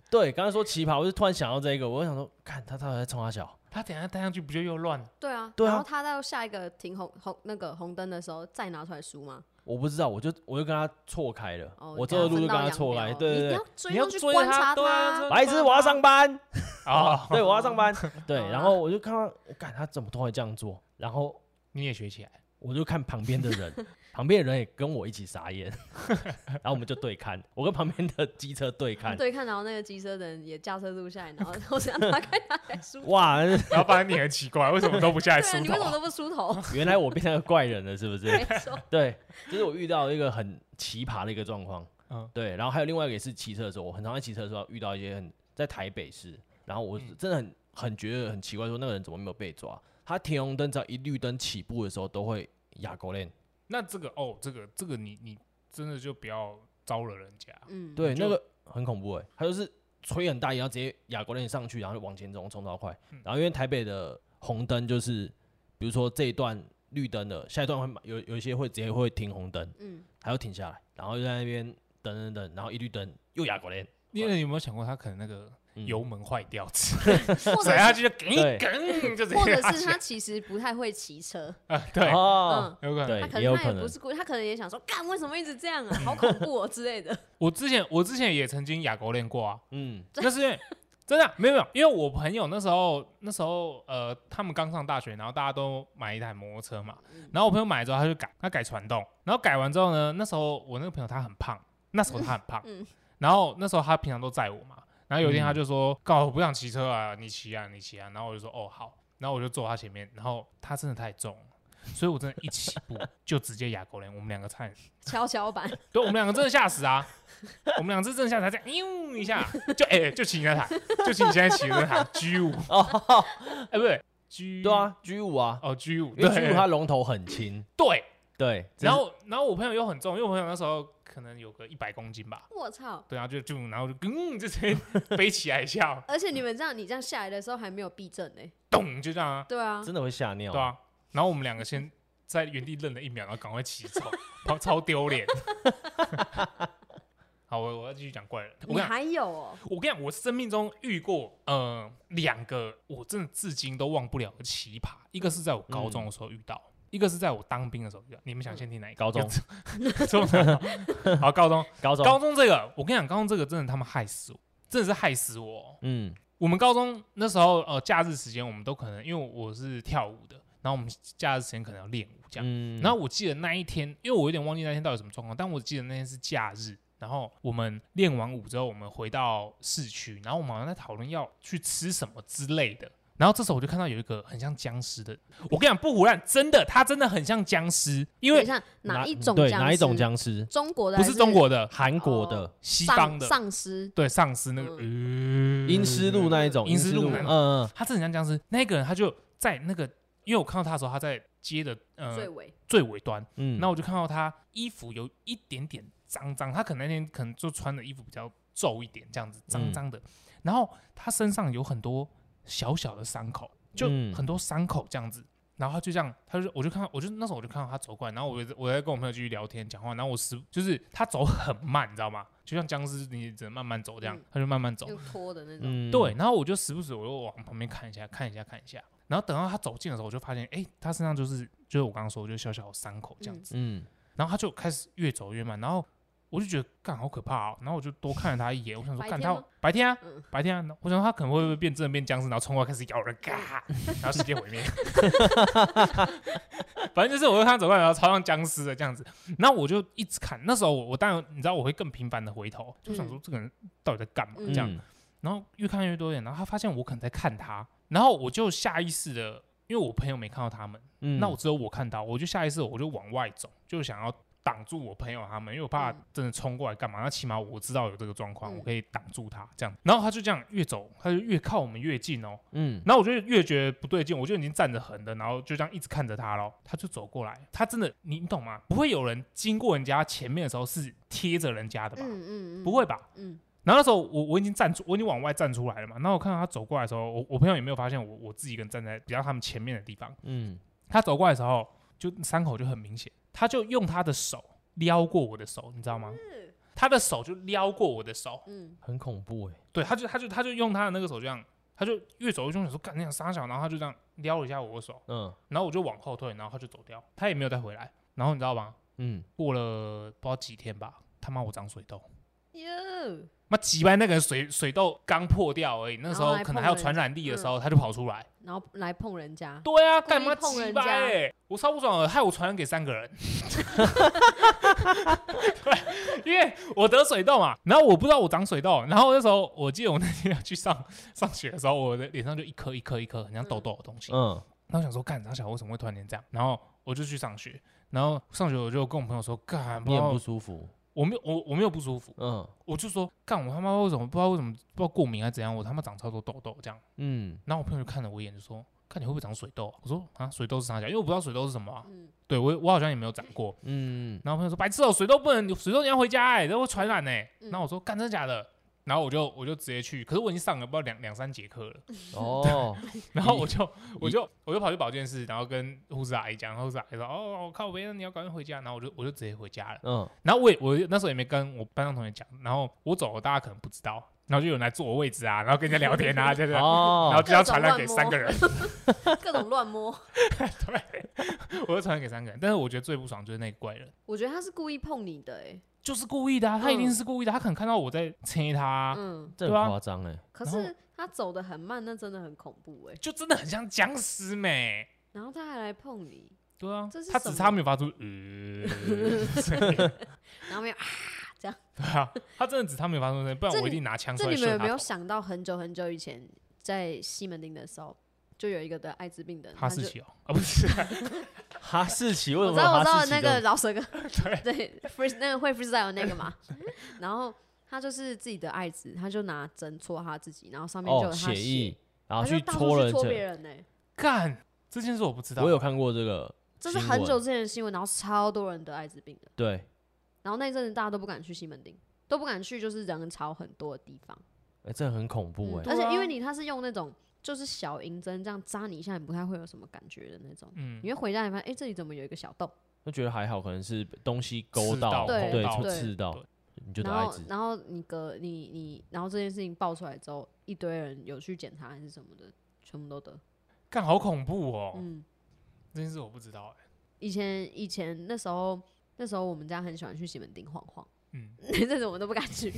[SPEAKER 3] 对，刚才说奇葩，我就突然想到这个，我就想说，看他到底在冲他小，
[SPEAKER 1] *laughs* 他等一下戴上去不就又乱？
[SPEAKER 2] 对啊，
[SPEAKER 3] 对啊
[SPEAKER 2] 然后他到下一个停红红那个红灯的时候再拿出来梳吗？
[SPEAKER 3] 我不知道，我就我就跟他错开了，
[SPEAKER 2] 哦，
[SPEAKER 3] 我这个路就
[SPEAKER 2] 分
[SPEAKER 3] 跟
[SPEAKER 2] 道
[SPEAKER 3] 他
[SPEAKER 2] 扬
[SPEAKER 3] 错开，
[SPEAKER 2] 镳哦
[SPEAKER 3] 对对
[SPEAKER 2] 你
[SPEAKER 3] 对
[SPEAKER 2] 要。追
[SPEAKER 1] 你要
[SPEAKER 2] 上去
[SPEAKER 1] 追
[SPEAKER 2] 观
[SPEAKER 1] 他
[SPEAKER 2] 察
[SPEAKER 1] 对啊
[SPEAKER 2] 他 *laughs*
[SPEAKER 1] 追
[SPEAKER 3] 白痴，我要上班。
[SPEAKER 1] 哦，
[SPEAKER 3] 对，我要上班。对，
[SPEAKER 2] 好啦
[SPEAKER 3] 然后我就看到，我看他怎么都会这样做，然后
[SPEAKER 1] 你也学起来。
[SPEAKER 3] 我就看旁边的人，旁边的人也跟我一起傻眼，然后我们就对看，我跟旁边的机车
[SPEAKER 2] *laughs*
[SPEAKER 3] 对看，
[SPEAKER 2] 对看，然后那个机车的人也驾车录下来，然后我想打开他来梳头。
[SPEAKER 3] 哇，
[SPEAKER 1] 然后反正你很奇怪，为什么都不下来
[SPEAKER 2] 对啊，
[SPEAKER 1] 梳
[SPEAKER 2] 你
[SPEAKER 1] 头
[SPEAKER 2] 为什么
[SPEAKER 1] 啊？
[SPEAKER 2] 都不梳
[SPEAKER 3] *laughs*
[SPEAKER 2] 头？
[SPEAKER 3] 原来我变成个怪人了，是不是？
[SPEAKER 2] 没错，
[SPEAKER 3] 对，这是我遇到一个很奇葩的一个状况。
[SPEAKER 1] 嗯
[SPEAKER 3] 对，然后还有另外一个也是骑车的时候，我很常在骑车的时候遇到一些很在台北市，然后我真的很很觉得很奇怪，说那个人怎么没有被抓？他停红灯只要一绿灯起步的时候都会压狗链，
[SPEAKER 1] 那这个哦，这个这个你你真的就不要招惹人家。
[SPEAKER 2] 嗯，
[SPEAKER 3] 对，
[SPEAKER 1] 就
[SPEAKER 3] 那个很恐怖哎、他就是吹很大，然后直接哑国链上去，然后就往前冲，冲超快。
[SPEAKER 1] 嗯
[SPEAKER 3] 然后因为台北的红灯就是，比如说这一段绿灯了，下一段会有有一些会直接会停红灯， *laughs*
[SPEAKER 2] 嗯，
[SPEAKER 3] 还要停下来，然后就在那边等等等，然后一绿灯又哑国链，
[SPEAKER 1] 你有没有想过，他可能那个
[SPEAKER 3] 嗯
[SPEAKER 1] 油门坏掉之类
[SPEAKER 2] 或
[SPEAKER 1] 的， *laughs* 踩
[SPEAKER 2] 者
[SPEAKER 1] 下
[SPEAKER 2] 是
[SPEAKER 1] 去就梗一梗， *laughs* 就直
[SPEAKER 2] 或
[SPEAKER 1] 接
[SPEAKER 2] 者
[SPEAKER 1] 拉
[SPEAKER 2] 是
[SPEAKER 1] 起
[SPEAKER 2] 他
[SPEAKER 1] 来。
[SPEAKER 2] 其实不太会骑车，嗯
[SPEAKER 1] 啊，对，
[SPEAKER 3] 哦，
[SPEAKER 1] 有可能。
[SPEAKER 3] 对
[SPEAKER 2] 啊他可
[SPEAKER 3] 也有
[SPEAKER 2] 能他
[SPEAKER 3] 可
[SPEAKER 2] 也
[SPEAKER 3] 能
[SPEAKER 2] 不是故意，他可能也想说，干为什么一直这样
[SPEAKER 3] *laughs*
[SPEAKER 2] 啊，好恐怖哦之类的。 *laughs*
[SPEAKER 1] 我之前我之前也曾经哑狗练过啊，
[SPEAKER 3] 嗯
[SPEAKER 1] 那是因为真的没有没有，因为我朋友那时候那时候呃，他们刚上大学，然后大家都买一台摩托车嘛，然后我朋友买了之后他就改，他改传动，然后改完之后呢，那时候我那个朋友他很胖，那时候他很胖，
[SPEAKER 2] 嗯
[SPEAKER 1] 然后那时候他平常都载我嘛，然后有一天
[SPEAKER 3] 嗯
[SPEAKER 1] 他就说：“告、我不想骑车啊，你骑啊，你骑啊。”然后我就说：“哦，好。”然后我就坐他前面，然后他真的太重了，所以我真的一起步 *laughs* 就直接哑狗链，我们两个差点
[SPEAKER 2] 跷跷板， *laughs*
[SPEAKER 1] 对，我们两个真的吓死啊！我们两个是真的吓死，他这样呦一下，就哎、就骑你那台，就骑你现在骑的那台 G 五
[SPEAKER 3] 哦，
[SPEAKER 1] 哎，不对，G
[SPEAKER 3] 对，啊，G 五啊，
[SPEAKER 1] 哦 G 五，
[SPEAKER 3] 因为 G
[SPEAKER 1] 对
[SPEAKER 3] 五它龙头很轻，
[SPEAKER 1] 对，
[SPEAKER 3] 对，只
[SPEAKER 1] 然
[SPEAKER 3] 是
[SPEAKER 1] 后然后我朋友又很重，因为我朋友那时候可能有个一百公斤吧，
[SPEAKER 2] 我操！
[SPEAKER 1] 对啊，就就然后就嗯，就直接飞起来一下，
[SPEAKER 2] 而且你们这样，你这样下来的时候还没有避震呢。
[SPEAKER 1] 咚就这样啊，
[SPEAKER 2] 对啊，
[SPEAKER 3] 真的会吓尿，
[SPEAKER 1] 对啊，然后我们两个先在原地愣了一秒，然后赶快骑走，超超丢脸。 *laughs* 好，我我要继续讲怪人，我跟你
[SPEAKER 2] 你
[SPEAKER 1] 讲。
[SPEAKER 2] 还有哦，
[SPEAKER 1] 我跟你讲，我生命中遇过呃两个我真的至今都忘不了的奇葩，一个是在我
[SPEAKER 3] 嗯
[SPEAKER 1] 高中的时候遇到，一个是在我当兵的时候遇到。你们想先听哪一个？*laughs*
[SPEAKER 3] 高中
[SPEAKER 1] 有这这么难吗好，高中，
[SPEAKER 3] 高中，
[SPEAKER 1] 高中这个，我跟你讲，高中这个真的他妈害死我，真的是害死我哦。
[SPEAKER 3] 嗯
[SPEAKER 1] 我们高中那时候呃假日时间，我们都可能因为我是跳舞的，然后我们假日时间可能要练舞这样。
[SPEAKER 3] 嗯，
[SPEAKER 1] 然后我记得那一天，因为我有点忘记那天到底什么状况，但我记得那天是假日。然后我们练完舞之后，我们回到市区，然后我们好像在讨论要去吃什么之类的。然然后这时候我就看到有一个很像僵尸的，我跟你讲不胡乱，真的，他真的很像僵尸，因
[SPEAKER 2] 等
[SPEAKER 1] 为
[SPEAKER 2] 一下哪一种
[SPEAKER 3] 对
[SPEAKER 2] 僵
[SPEAKER 3] 哪一种
[SPEAKER 2] 尸
[SPEAKER 3] 僵尸？
[SPEAKER 2] 中国的
[SPEAKER 1] 不
[SPEAKER 2] 还
[SPEAKER 1] 是中国的，
[SPEAKER 3] 韩国的
[SPEAKER 1] 西
[SPEAKER 2] 丧
[SPEAKER 1] 方的，
[SPEAKER 2] 丧尸
[SPEAKER 1] 对，丧尸那个，嗯
[SPEAKER 3] 阴尸路那一种，
[SPEAKER 1] 阴尸路那
[SPEAKER 3] 嗯
[SPEAKER 1] 种
[SPEAKER 3] 嗯，
[SPEAKER 1] 他真的很像僵尸。那个人他就在那个，因为我看到他的时候，他在街的
[SPEAKER 2] 最
[SPEAKER 1] 呃
[SPEAKER 2] 尾，
[SPEAKER 1] 最尾端，
[SPEAKER 3] 嗯，
[SPEAKER 1] 那我就看到他衣服有一点点脏脏，他可能那天可能就穿的衣服比较皱一点，这样子
[SPEAKER 3] 嗯
[SPEAKER 1] 脏脏的。然后他身上有很多小小的伤口，就
[SPEAKER 3] 嗯
[SPEAKER 1] 很多伤口这样子。然后他就这样，他就我就看，我就那时候我就看到他走过来，然后我就我在跟我朋友继续聊天讲话，然后我时就是他走很慢，你知道吗？就像僵尸，你只能慢慢走这样，
[SPEAKER 2] 嗯
[SPEAKER 1] 他就慢慢走。
[SPEAKER 2] 用拖的那种，
[SPEAKER 3] 嗯
[SPEAKER 1] 对，，然后我就时不时我就往旁边看一下，看一下，看一下。然后等到他走近的时候，我就发现，哎，他身上就是就是我刚刚说，就小小的伤口这样子。
[SPEAKER 3] 嗯，
[SPEAKER 1] 然后他就开始越走越慢，然后我就觉得干好可怕哦。然后我就多看了他
[SPEAKER 2] *laughs*
[SPEAKER 1] 一眼，我想说
[SPEAKER 2] 白
[SPEAKER 1] 干
[SPEAKER 2] 天
[SPEAKER 1] 他
[SPEAKER 2] 吗
[SPEAKER 1] 白天啊
[SPEAKER 2] 嗯，
[SPEAKER 1] 白天啊，我想说他可能会不会变真的变僵尸，然后冲过来开始咬人，
[SPEAKER 2] *laughs*
[SPEAKER 1] 嘎，然后世界毁灭。 *laughs* 反正就是我就看他走过来，然后超像僵尸的这样子。然后我就一直看，那时候我我当然你知道我会更频繁的回头，就想说这个人到底在干嘛
[SPEAKER 2] 嗯
[SPEAKER 1] 这样。然后越看越多人，然后他发现我可能在看他，然后我就下意识的，因为我朋友没看到他们，
[SPEAKER 3] 嗯，
[SPEAKER 1] 那我只有我看到，我就下意识我就往外走，就想要挡住我朋友他们，因为我怕
[SPEAKER 2] 嗯
[SPEAKER 1] 真的冲过来干嘛。那起码我知道有这个状况，
[SPEAKER 2] 嗯
[SPEAKER 1] 我可以挡住他这样。然后他就这样越走，他就越靠我们越近哦。
[SPEAKER 3] 嗯，
[SPEAKER 1] 然后我就越觉得不对劲，我就已经站着横的，然后就这样一直看着他咯，他就走过来，他真的你你懂吗？不会有人经过人家前面的时候是贴着人家的吧？
[SPEAKER 2] 嗯嗯嗯，
[SPEAKER 1] 不会吧？
[SPEAKER 2] 嗯，
[SPEAKER 1] 然后那时候我我已经站出，我已经往外站出来了嘛。然后我看到他走过来的时候，我我朋友也没有发现我我自己一个人站在比较他们前面的地方。
[SPEAKER 3] 嗯，
[SPEAKER 1] 他走过来的时候，就伤口就很明显，他就用他的手撩过我的手，你知道吗？他的手就撩过我的手，
[SPEAKER 2] 嗯
[SPEAKER 3] 很恐怖哎，
[SPEAKER 1] 对，他就他就他就用他的那个手这样，他就越走越凶，想说干那样傻小，然后他就这样撩了一下我的手，
[SPEAKER 3] 嗯
[SPEAKER 1] 然后我就往后退，然后他就走掉，他也没有再回来。然后你知道吗？
[SPEAKER 3] 嗯，
[SPEAKER 1] 过了不知道几天吧，他妈我长水痘。
[SPEAKER 2] 哟，
[SPEAKER 1] 妈几班那个人水水痘刚破掉而已，那时
[SPEAKER 2] 然后
[SPEAKER 1] 候
[SPEAKER 2] 还
[SPEAKER 1] 可能
[SPEAKER 2] 碰
[SPEAKER 1] 还有
[SPEAKER 2] 人
[SPEAKER 1] 传染力的时候，他就跑出来。
[SPEAKER 2] 然后来碰人家，
[SPEAKER 1] 对啊，
[SPEAKER 2] 故意
[SPEAKER 1] 干嘛
[SPEAKER 2] 碰
[SPEAKER 1] 几
[SPEAKER 2] 人
[SPEAKER 1] 班
[SPEAKER 2] 家
[SPEAKER 1] 哎？我超不爽的，害我传染给三个
[SPEAKER 2] *laughs*
[SPEAKER 1] 人。对，因为我得水痘嘛，然后我不知道我长水痘，然后那时候我记得我那天要去上 *laughs* 上学的时候，我的脸上就一颗一颗一颗很像痘痘的东西。
[SPEAKER 3] 嗯
[SPEAKER 1] 然后想说，干长小为什么会突然间这样？然后我就去上学，然后上学我就跟我朋友说，干，不
[SPEAKER 3] 你
[SPEAKER 1] 知
[SPEAKER 3] 很
[SPEAKER 1] 道
[SPEAKER 3] 不舒服，
[SPEAKER 1] 我没有我我没有不舒服，
[SPEAKER 3] 嗯
[SPEAKER 1] 我就说干我他妈为什么不知道为什么不知道过敏还是怎样，我他妈长超多痘痘这样。
[SPEAKER 3] 嗯
[SPEAKER 1] 然后我朋友就看了我一眼就说，看你会不会长水痘啊、我说啊，水痘是啥讲？因为我不知道水痘是什么、啊，
[SPEAKER 2] 嗯，
[SPEAKER 1] 对我我好像也没有长过。
[SPEAKER 3] 嗯，
[SPEAKER 1] 然后我朋友说白痴哦、水痘不能，水痘你要回家哎、欸，这会传染哎、
[SPEAKER 2] 嗯
[SPEAKER 1] 然后我说干真的假的？然后我就我就直接去，可是我已经上了不知道两两三节课了， *laughs*
[SPEAKER 3] 哦，
[SPEAKER 1] 然后我就我就我就跑去保健室，然后跟护士阿姨讲，然后护士阿姨说哦靠别人你要赶紧回家，然后我就我就直接回家了。
[SPEAKER 3] 嗯
[SPEAKER 1] 然后我也我那时候也没跟我班上同学讲，然后我走了，大家可能不知道，然后就有人来坐我位置啊，然后跟人家聊天啊，这样，然后
[SPEAKER 3] 哦，
[SPEAKER 1] 就要传染给三个人，
[SPEAKER 2] 各种乱摸。 *laughs*
[SPEAKER 1] *laughs* 我就传染给三个人。但是我觉得最不爽就是那个怪人，
[SPEAKER 2] 我觉得他是故意碰你的，哎，
[SPEAKER 1] 就是故意的、啊，他一定是故意的，他可能看到我在切他啊、
[SPEAKER 2] 嗯，
[SPEAKER 3] 这很
[SPEAKER 1] 对啊
[SPEAKER 3] 夸张哎，
[SPEAKER 2] 可
[SPEAKER 1] 然后
[SPEAKER 2] 是他走的很慢，那真的很恐怖哎。
[SPEAKER 1] 就真的很像僵尸美。
[SPEAKER 2] 然后他还来碰你，
[SPEAKER 1] 对啊
[SPEAKER 2] 这是，
[SPEAKER 1] 他只
[SPEAKER 2] 什
[SPEAKER 1] 差
[SPEAKER 2] 么
[SPEAKER 1] 没有发出呃，所以
[SPEAKER 2] 然后没有，啊
[SPEAKER 1] 对啊，他真的只差没有发出声音，不然
[SPEAKER 2] 这
[SPEAKER 1] 我一
[SPEAKER 2] 你
[SPEAKER 1] 定拿枪出
[SPEAKER 2] 这
[SPEAKER 1] 来
[SPEAKER 2] 你们
[SPEAKER 1] 射
[SPEAKER 2] 有没
[SPEAKER 1] 他
[SPEAKER 2] 有
[SPEAKER 1] 头。
[SPEAKER 2] 想到很久很久以前在西门町的时候，就有一个得艾滋病的人，
[SPEAKER 1] 哈
[SPEAKER 2] 他
[SPEAKER 1] 士
[SPEAKER 2] 就
[SPEAKER 1] 奇哦，啊不是，
[SPEAKER 3] 哈士奇为
[SPEAKER 2] 我
[SPEAKER 3] 什
[SPEAKER 2] 知
[SPEAKER 3] 么
[SPEAKER 2] 道我
[SPEAKER 3] 有
[SPEAKER 2] 知道
[SPEAKER 3] 哈士奇
[SPEAKER 2] 那
[SPEAKER 3] 这
[SPEAKER 2] 个
[SPEAKER 3] 种？
[SPEAKER 2] 老
[SPEAKER 3] *laughs*
[SPEAKER 2] 舌哥，对 free 那个会 freestyle 的那个嘛， *laughs* 然后他就是自己的艾滋，他就拿针戳他自己，然后上面就有
[SPEAKER 3] 哦，
[SPEAKER 2] 他
[SPEAKER 3] 血
[SPEAKER 2] 血，
[SPEAKER 3] 意，
[SPEAKER 2] 他
[SPEAKER 3] 然后
[SPEAKER 2] 就
[SPEAKER 3] 去
[SPEAKER 2] 到处去
[SPEAKER 3] 人
[SPEAKER 2] 戳别
[SPEAKER 3] 家，
[SPEAKER 2] 人欸呢。
[SPEAKER 1] 干这件事我不知道，欸
[SPEAKER 3] 我有看过这个，
[SPEAKER 2] 这是
[SPEAKER 3] 新
[SPEAKER 2] 很
[SPEAKER 3] 闻
[SPEAKER 2] 久之前的新闻，然后超多人得艾滋病的，
[SPEAKER 3] 对，
[SPEAKER 2] 然后那一阵子大家都不敢去西门町，都不敢去就是人潮很多的地方。
[SPEAKER 3] 哎，这很恐怖
[SPEAKER 2] 嗯
[SPEAKER 3] 哎，
[SPEAKER 2] 而且因为
[SPEAKER 1] 对啊
[SPEAKER 2] 你它是用那种就是小银针这样扎你一下，你不太会有什么感觉的那种。
[SPEAKER 1] 嗯
[SPEAKER 2] 你会回家，你发现哎、诶这里怎么有一个小洞？
[SPEAKER 3] 就觉得还好，可能是东西勾
[SPEAKER 1] 刺到
[SPEAKER 3] 到，
[SPEAKER 2] 对
[SPEAKER 3] 对，
[SPEAKER 1] 碰
[SPEAKER 3] 戳
[SPEAKER 1] 到
[SPEAKER 3] 刺到
[SPEAKER 1] 对，
[SPEAKER 3] 你就得
[SPEAKER 2] 然
[SPEAKER 3] 艾
[SPEAKER 2] 后
[SPEAKER 3] 滋，
[SPEAKER 2] 然后你隔你你，然后这件事情爆出来之后，一堆人有去检查还是什么的，全部都得。
[SPEAKER 1] 干好恐怖哦，
[SPEAKER 2] 嗯，
[SPEAKER 1] 这件事我不知道哎，
[SPEAKER 2] 以前以前那时候那时候我们家很喜欢去西门町晃晃， *laughs*
[SPEAKER 1] 嗯。
[SPEAKER 2] 那阵子我们都不敢去，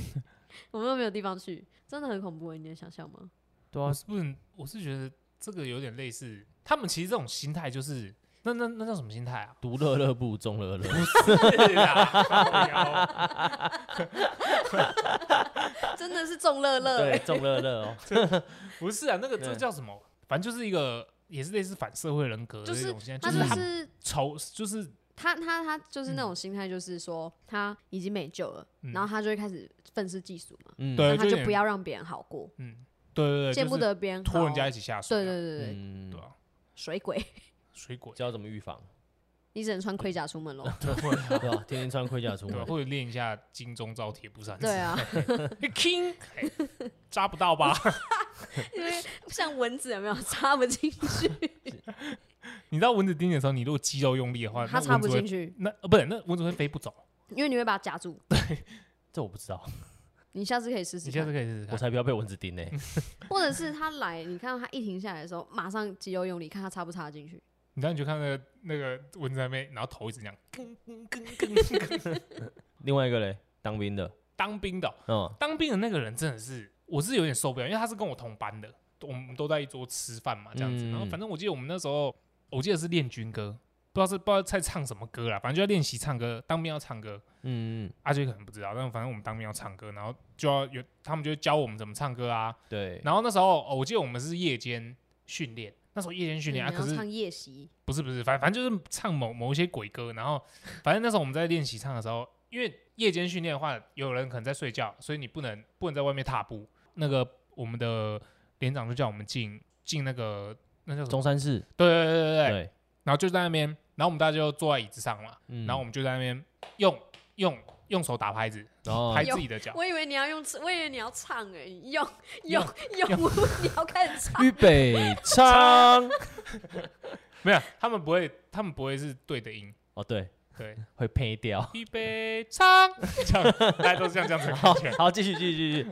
[SPEAKER 2] 我们都没有地方去，真的很恐怖，你能想象吗？
[SPEAKER 3] 对啊
[SPEAKER 1] 我，是不能，我是觉得这个有点类似，他们其实这种心态就是，那那那叫什么心态啊？ *laughs*
[SPEAKER 3] 独乐乐不如众
[SPEAKER 2] *laughs*
[SPEAKER 3] 乐乐，
[SPEAKER 1] 是啦，
[SPEAKER 2] 真的是中乐乐、
[SPEAKER 3] 对，众乐乐哦，
[SPEAKER 1] 不是啊，那个这
[SPEAKER 3] 对
[SPEAKER 1] 叫什么？反正就是一个也是类似反社会人格的
[SPEAKER 2] 就
[SPEAKER 1] 那
[SPEAKER 2] 是
[SPEAKER 1] 种现在，
[SPEAKER 2] 欸他
[SPEAKER 1] 就是
[SPEAKER 2] 就
[SPEAKER 1] 他
[SPEAKER 2] 是
[SPEAKER 1] 仇，就是
[SPEAKER 2] 他他他就是那种心态，就是说他已经没救了，
[SPEAKER 1] 嗯
[SPEAKER 2] 然后他就会开始愤世嫉俗嘛，
[SPEAKER 3] 嗯，
[SPEAKER 1] 对
[SPEAKER 2] 那他
[SPEAKER 1] 就有
[SPEAKER 2] 就
[SPEAKER 1] 点
[SPEAKER 2] 不要让别人好过，
[SPEAKER 1] 嗯，对对对，
[SPEAKER 2] 见
[SPEAKER 1] 就
[SPEAKER 2] 不
[SPEAKER 1] 是
[SPEAKER 2] 得别人
[SPEAKER 1] 拖人
[SPEAKER 2] 好
[SPEAKER 1] 家一起下水、
[SPEAKER 2] 对
[SPEAKER 1] 啊，
[SPEAKER 2] 对对对，
[SPEAKER 3] 嗯
[SPEAKER 1] 对，啊，
[SPEAKER 2] 水鬼，
[SPEAKER 1] 水鬼，
[SPEAKER 3] 知道怎么预防，
[SPEAKER 2] 你只能穿盔甲出门喽。
[SPEAKER 1] *laughs* 对啊或者
[SPEAKER 3] 对吧？天天穿盔甲出
[SPEAKER 1] 对
[SPEAKER 3] 门
[SPEAKER 1] 啊，，或者练一下金钟罩铁布衫，
[SPEAKER 2] 对，啊，
[SPEAKER 1] *laughs* king 哎扎不到吧？ *laughs*
[SPEAKER 2] 因为像蚊子有没有插不
[SPEAKER 1] *laughs*
[SPEAKER 2] 进去？
[SPEAKER 1] 你知道蚊子叮你的时候，你如果肌肉用力的话，
[SPEAKER 2] 它
[SPEAKER 1] 那
[SPEAKER 2] 插
[SPEAKER 1] 蚊
[SPEAKER 2] 不
[SPEAKER 1] 子会
[SPEAKER 2] 进去，
[SPEAKER 1] 那呃不是那蚊子会飞不走。
[SPEAKER 2] 因为你会把它夹住。
[SPEAKER 3] *laughs* 这我不知道，
[SPEAKER 2] 你下次可以试试
[SPEAKER 1] 你下次
[SPEAKER 2] 看，
[SPEAKER 1] 可以试试
[SPEAKER 3] 我
[SPEAKER 1] 看。
[SPEAKER 3] 才不要被蚊子叮呢。
[SPEAKER 2] 或者是它来，你看到它一停下来的时候，马上肌肉用力，看它插不插得进去。
[SPEAKER 1] 你当你就看那个那个蚊子在那边，然后头一直这样。
[SPEAKER 3] 另外一个嘞，当兵的，
[SPEAKER 1] 当兵的哦、
[SPEAKER 3] 嗯，
[SPEAKER 1] 当兵的那个人真的是，我是有点受不了，因为他是跟我同班的，我们都在一桌吃饭嘛，这样子。
[SPEAKER 3] 嗯
[SPEAKER 1] 然后反正我记得我们那时候，我记得是练军歌，不知道是不知道在唱什么歌啦，反正就要练习唱歌。当兵要唱歌，
[SPEAKER 3] 嗯，嗯
[SPEAKER 1] 阿杰可能不知道，但反正我们当兵要唱歌，然后就要有他们就会教我们怎么唱歌啊。
[SPEAKER 3] 对，
[SPEAKER 1] 然后那时候、哦我记得我们是夜间训练，那时候夜间训
[SPEAKER 2] 你
[SPEAKER 1] 练啊，
[SPEAKER 2] 要
[SPEAKER 1] 可是
[SPEAKER 2] 唱夜袭，
[SPEAKER 1] 不是不是，反反正就是唱某某一些鬼歌，然后 *laughs* 反正那时候我们在练习唱的时候，因为夜间训练的话，有人可能在睡觉，所以你不能不能在外面踏步。那个我们的连长就叫我们进进那个那叫什么？
[SPEAKER 3] 中山市，
[SPEAKER 1] 对对对对对。
[SPEAKER 3] 对，
[SPEAKER 1] 然后就在那边，然后我们大家就坐在椅子上嘛，
[SPEAKER 3] 嗯
[SPEAKER 1] 然后我们就在那边用用用手打拍子，
[SPEAKER 3] 然后
[SPEAKER 1] 拍自己的脚。
[SPEAKER 2] *laughs* 我以为你要用，我以为你要唱哎，你用
[SPEAKER 1] 用
[SPEAKER 2] 用 *laughs* 用，你要开始唱。 *laughs*
[SPEAKER 3] 预备唱，
[SPEAKER 1] 没有，他们不会，他们不会是对的音。
[SPEAKER 3] *laughs* 哦对，
[SPEAKER 1] 对，
[SPEAKER 3] 会配掉。
[SPEAKER 1] 预备唱， *laughs* 这样大家都是这样这样子的感觉。
[SPEAKER 3] 好，继续继续继续，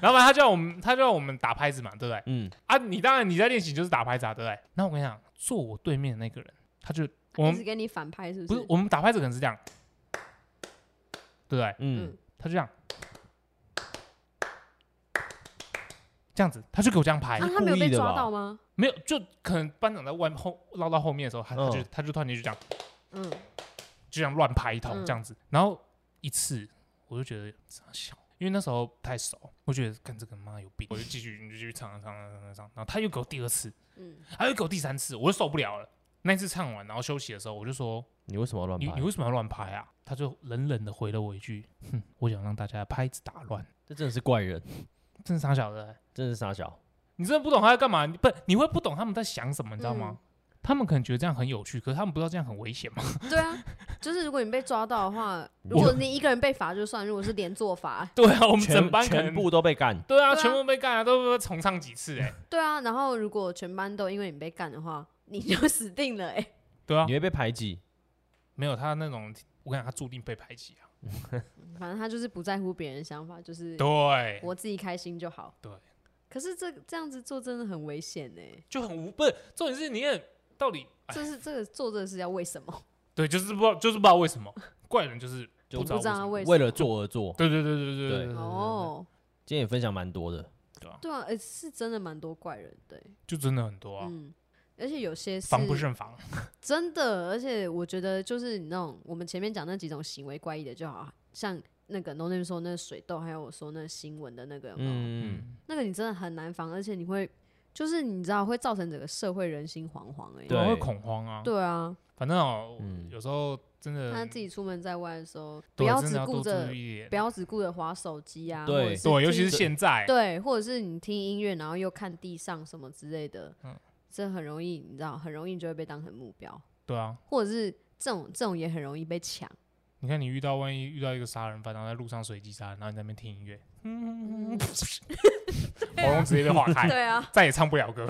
[SPEAKER 1] 然后反正他叫我们，他叫我们打拍子嘛，对不对？
[SPEAKER 3] 嗯，
[SPEAKER 1] 啊，你当然你在练习就是打拍子啊，对不对？那我跟你讲，坐我对面的那个人，他就我
[SPEAKER 2] 一直
[SPEAKER 1] 们
[SPEAKER 2] 给你反拍是
[SPEAKER 1] 不
[SPEAKER 2] 不
[SPEAKER 1] 是
[SPEAKER 2] 是？
[SPEAKER 1] 我们打拍子可能是这样，对不对？
[SPEAKER 3] 嗯，
[SPEAKER 1] 他就这样，这样子，他就给我这样拍，
[SPEAKER 2] 啊，
[SPEAKER 3] 是
[SPEAKER 2] 他没有
[SPEAKER 3] 故
[SPEAKER 2] 被
[SPEAKER 3] 意的
[SPEAKER 2] 抓
[SPEAKER 3] 吧
[SPEAKER 2] 到吗？
[SPEAKER 1] 没有，就可能班长在外面后绕到后面的时候，他他就、
[SPEAKER 3] 嗯
[SPEAKER 1] 他就突然间就这样
[SPEAKER 2] 嗯，
[SPEAKER 1] 就这样乱拍一通、
[SPEAKER 2] 嗯
[SPEAKER 1] 这样子，然后一次我就觉得傻笑，因为那时候不太熟，我觉得看这个妈有病，我就继续你就继续唱唱唱唱唱唱，然后他又给我第二次。
[SPEAKER 2] 嗯，
[SPEAKER 1] 他又给我第三次，我就受不了了。那一次唱完，然后休息的时候，我就说
[SPEAKER 3] 你为什么要乱：“
[SPEAKER 1] 你
[SPEAKER 3] 拍
[SPEAKER 1] 你？为什么要乱拍啊？”他就冷冷的回了我一句：“哼，我想让大家拍子打乱。
[SPEAKER 3] 这真的是怪人，”
[SPEAKER 1] 真是傻小的欸、
[SPEAKER 3] 真的是傻小。
[SPEAKER 1] 你真的不懂他在干嘛？你不，你会不懂他们在想什么，你知道吗
[SPEAKER 2] 嗯？
[SPEAKER 1] 他们可能觉得这样很有趣，可是他们不知道这样很危险嘛。 *laughs*
[SPEAKER 2] 对啊，就是如果你被抓到的话，如
[SPEAKER 1] 我
[SPEAKER 2] 果你一个人被罚就算，如果是连坐罚，
[SPEAKER 1] 对啊，我们
[SPEAKER 3] 全
[SPEAKER 1] 整班可
[SPEAKER 3] 全
[SPEAKER 1] 能
[SPEAKER 3] 部都被干，
[SPEAKER 1] 对啊，
[SPEAKER 2] 对啊
[SPEAKER 1] 全部被干了，都被重唱几次哎、
[SPEAKER 2] 对啊，然后如果全班都因为你被干的话，你就 *laughs* 死定了哎、
[SPEAKER 1] 对啊
[SPEAKER 3] 你，会被排挤。
[SPEAKER 1] 没有他那种，我跟你讲，他注定被排挤啊。
[SPEAKER 2] 反正他就是不在乎别人的想法，就是
[SPEAKER 1] 对，
[SPEAKER 2] 我自己开心就好。
[SPEAKER 1] 对，
[SPEAKER 2] 可是这这样子做真的很危险哎、
[SPEAKER 1] 就很无不是，重点是你也到底哎
[SPEAKER 2] 这是这个做这个是要为什么？
[SPEAKER 1] 对，就是不知道，就是不知道为什么怪人就是
[SPEAKER 3] 就
[SPEAKER 1] 不
[SPEAKER 2] 不
[SPEAKER 1] 什
[SPEAKER 2] 知道
[SPEAKER 1] 么
[SPEAKER 2] 为什么
[SPEAKER 3] 为了做而做，
[SPEAKER 1] 对对对对对对对，
[SPEAKER 2] 哦，
[SPEAKER 3] 今天也分享蛮多的，
[SPEAKER 2] 对啊，哎，是真的蛮多怪人对，
[SPEAKER 1] 就真的很多啊，
[SPEAKER 2] 嗯，而且有些是
[SPEAKER 1] 防不胜防。
[SPEAKER 2] 真的，而且我觉得就是你那种我们前面讲那几种行为怪异的就好，像那个 No Name 说那水痘，还有我说那新闻的那个有哦没有
[SPEAKER 3] 嗯，
[SPEAKER 1] 嗯，
[SPEAKER 2] 那个你真的很难防，而且你会就是你知道会造成整个社会人心惶惶哎、
[SPEAKER 3] 对
[SPEAKER 1] 我会恐慌啊。
[SPEAKER 2] 对啊，
[SPEAKER 1] 反正哦
[SPEAKER 3] 嗯，
[SPEAKER 1] 有时候真的
[SPEAKER 2] 他自己出门在外的时候，不
[SPEAKER 1] 对
[SPEAKER 2] 要
[SPEAKER 1] 真
[SPEAKER 2] 只
[SPEAKER 1] 的
[SPEAKER 2] 顾
[SPEAKER 1] 多
[SPEAKER 2] 着
[SPEAKER 1] 注意一点
[SPEAKER 2] 不要只顾着划手机啊，
[SPEAKER 3] 对
[SPEAKER 2] 或者
[SPEAKER 1] 对，尤其
[SPEAKER 2] 听
[SPEAKER 1] 是现在，
[SPEAKER 2] 对，或者是你听音乐然后又看地上什么之类的，
[SPEAKER 1] 嗯
[SPEAKER 2] 这很容易你知道，很容易就会被当成目标，
[SPEAKER 1] 对啊，
[SPEAKER 2] 或者是这种这种也很容易被抢。
[SPEAKER 1] 你看你遇到万一遇到一个杀人犯，然后在路上随机杀人，然后你在那边听音乐，嗯，喉咙直接被划开，
[SPEAKER 2] *laughs* 对啊，
[SPEAKER 1] 再也唱不了 *laughs* 歌。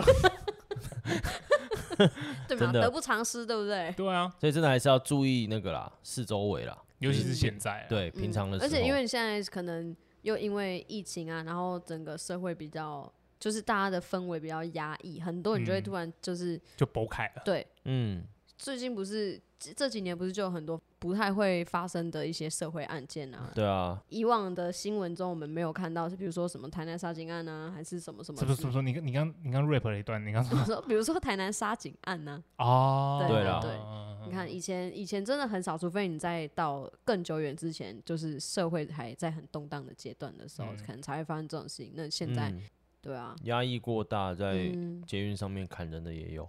[SPEAKER 2] 对嘛，
[SPEAKER 3] 真的
[SPEAKER 2] 得不偿失，对不对？
[SPEAKER 1] 对啊，
[SPEAKER 3] 所以真的还是要注意那个啦，四周围啦，
[SPEAKER 1] 尤其
[SPEAKER 3] 就是
[SPEAKER 1] 现在，，啊
[SPEAKER 3] 对
[SPEAKER 2] 嗯
[SPEAKER 3] 平常的时候，
[SPEAKER 2] 而且因为你现在可能又因为疫情啊，然后整个社会比较。就是大家的氛围比较压抑，很多人就会
[SPEAKER 1] 嗯
[SPEAKER 2] 突然就是、
[SPEAKER 1] 就崩开了。
[SPEAKER 2] 对
[SPEAKER 3] 嗯，
[SPEAKER 2] 最近不是这这几年不是就有很多不太会发生的一些社会案件啊？
[SPEAKER 3] 对啊，
[SPEAKER 2] 以往的新闻中我们没有看到，是比如说什么台南杀警案啊，还是什么什么
[SPEAKER 1] 是不是？是不是？你刚你刚你刚 rap 了一段，你刚说
[SPEAKER 2] 比如 *laughs* 说比如说台南杀警案呢、
[SPEAKER 1] 哦，
[SPEAKER 2] 对
[SPEAKER 3] 啦
[SPEAKER 2] 对你看以前以前真的很少，除非你在到更久远之前，就是社会还在很动荡的阶段的时候，
[SPEAKER 1] 嗯
[SPEAKER 2] *laughs* 可能才会发生这种事情。那现在
[SPEAKER 3] 嗯
[SPEAKER 2] 对啊，
[SPEAKER 3] 压抑过大，在
[SPEAKER 2] 嗯，
[SPEAKER 3] 捷运上面砍人的也有，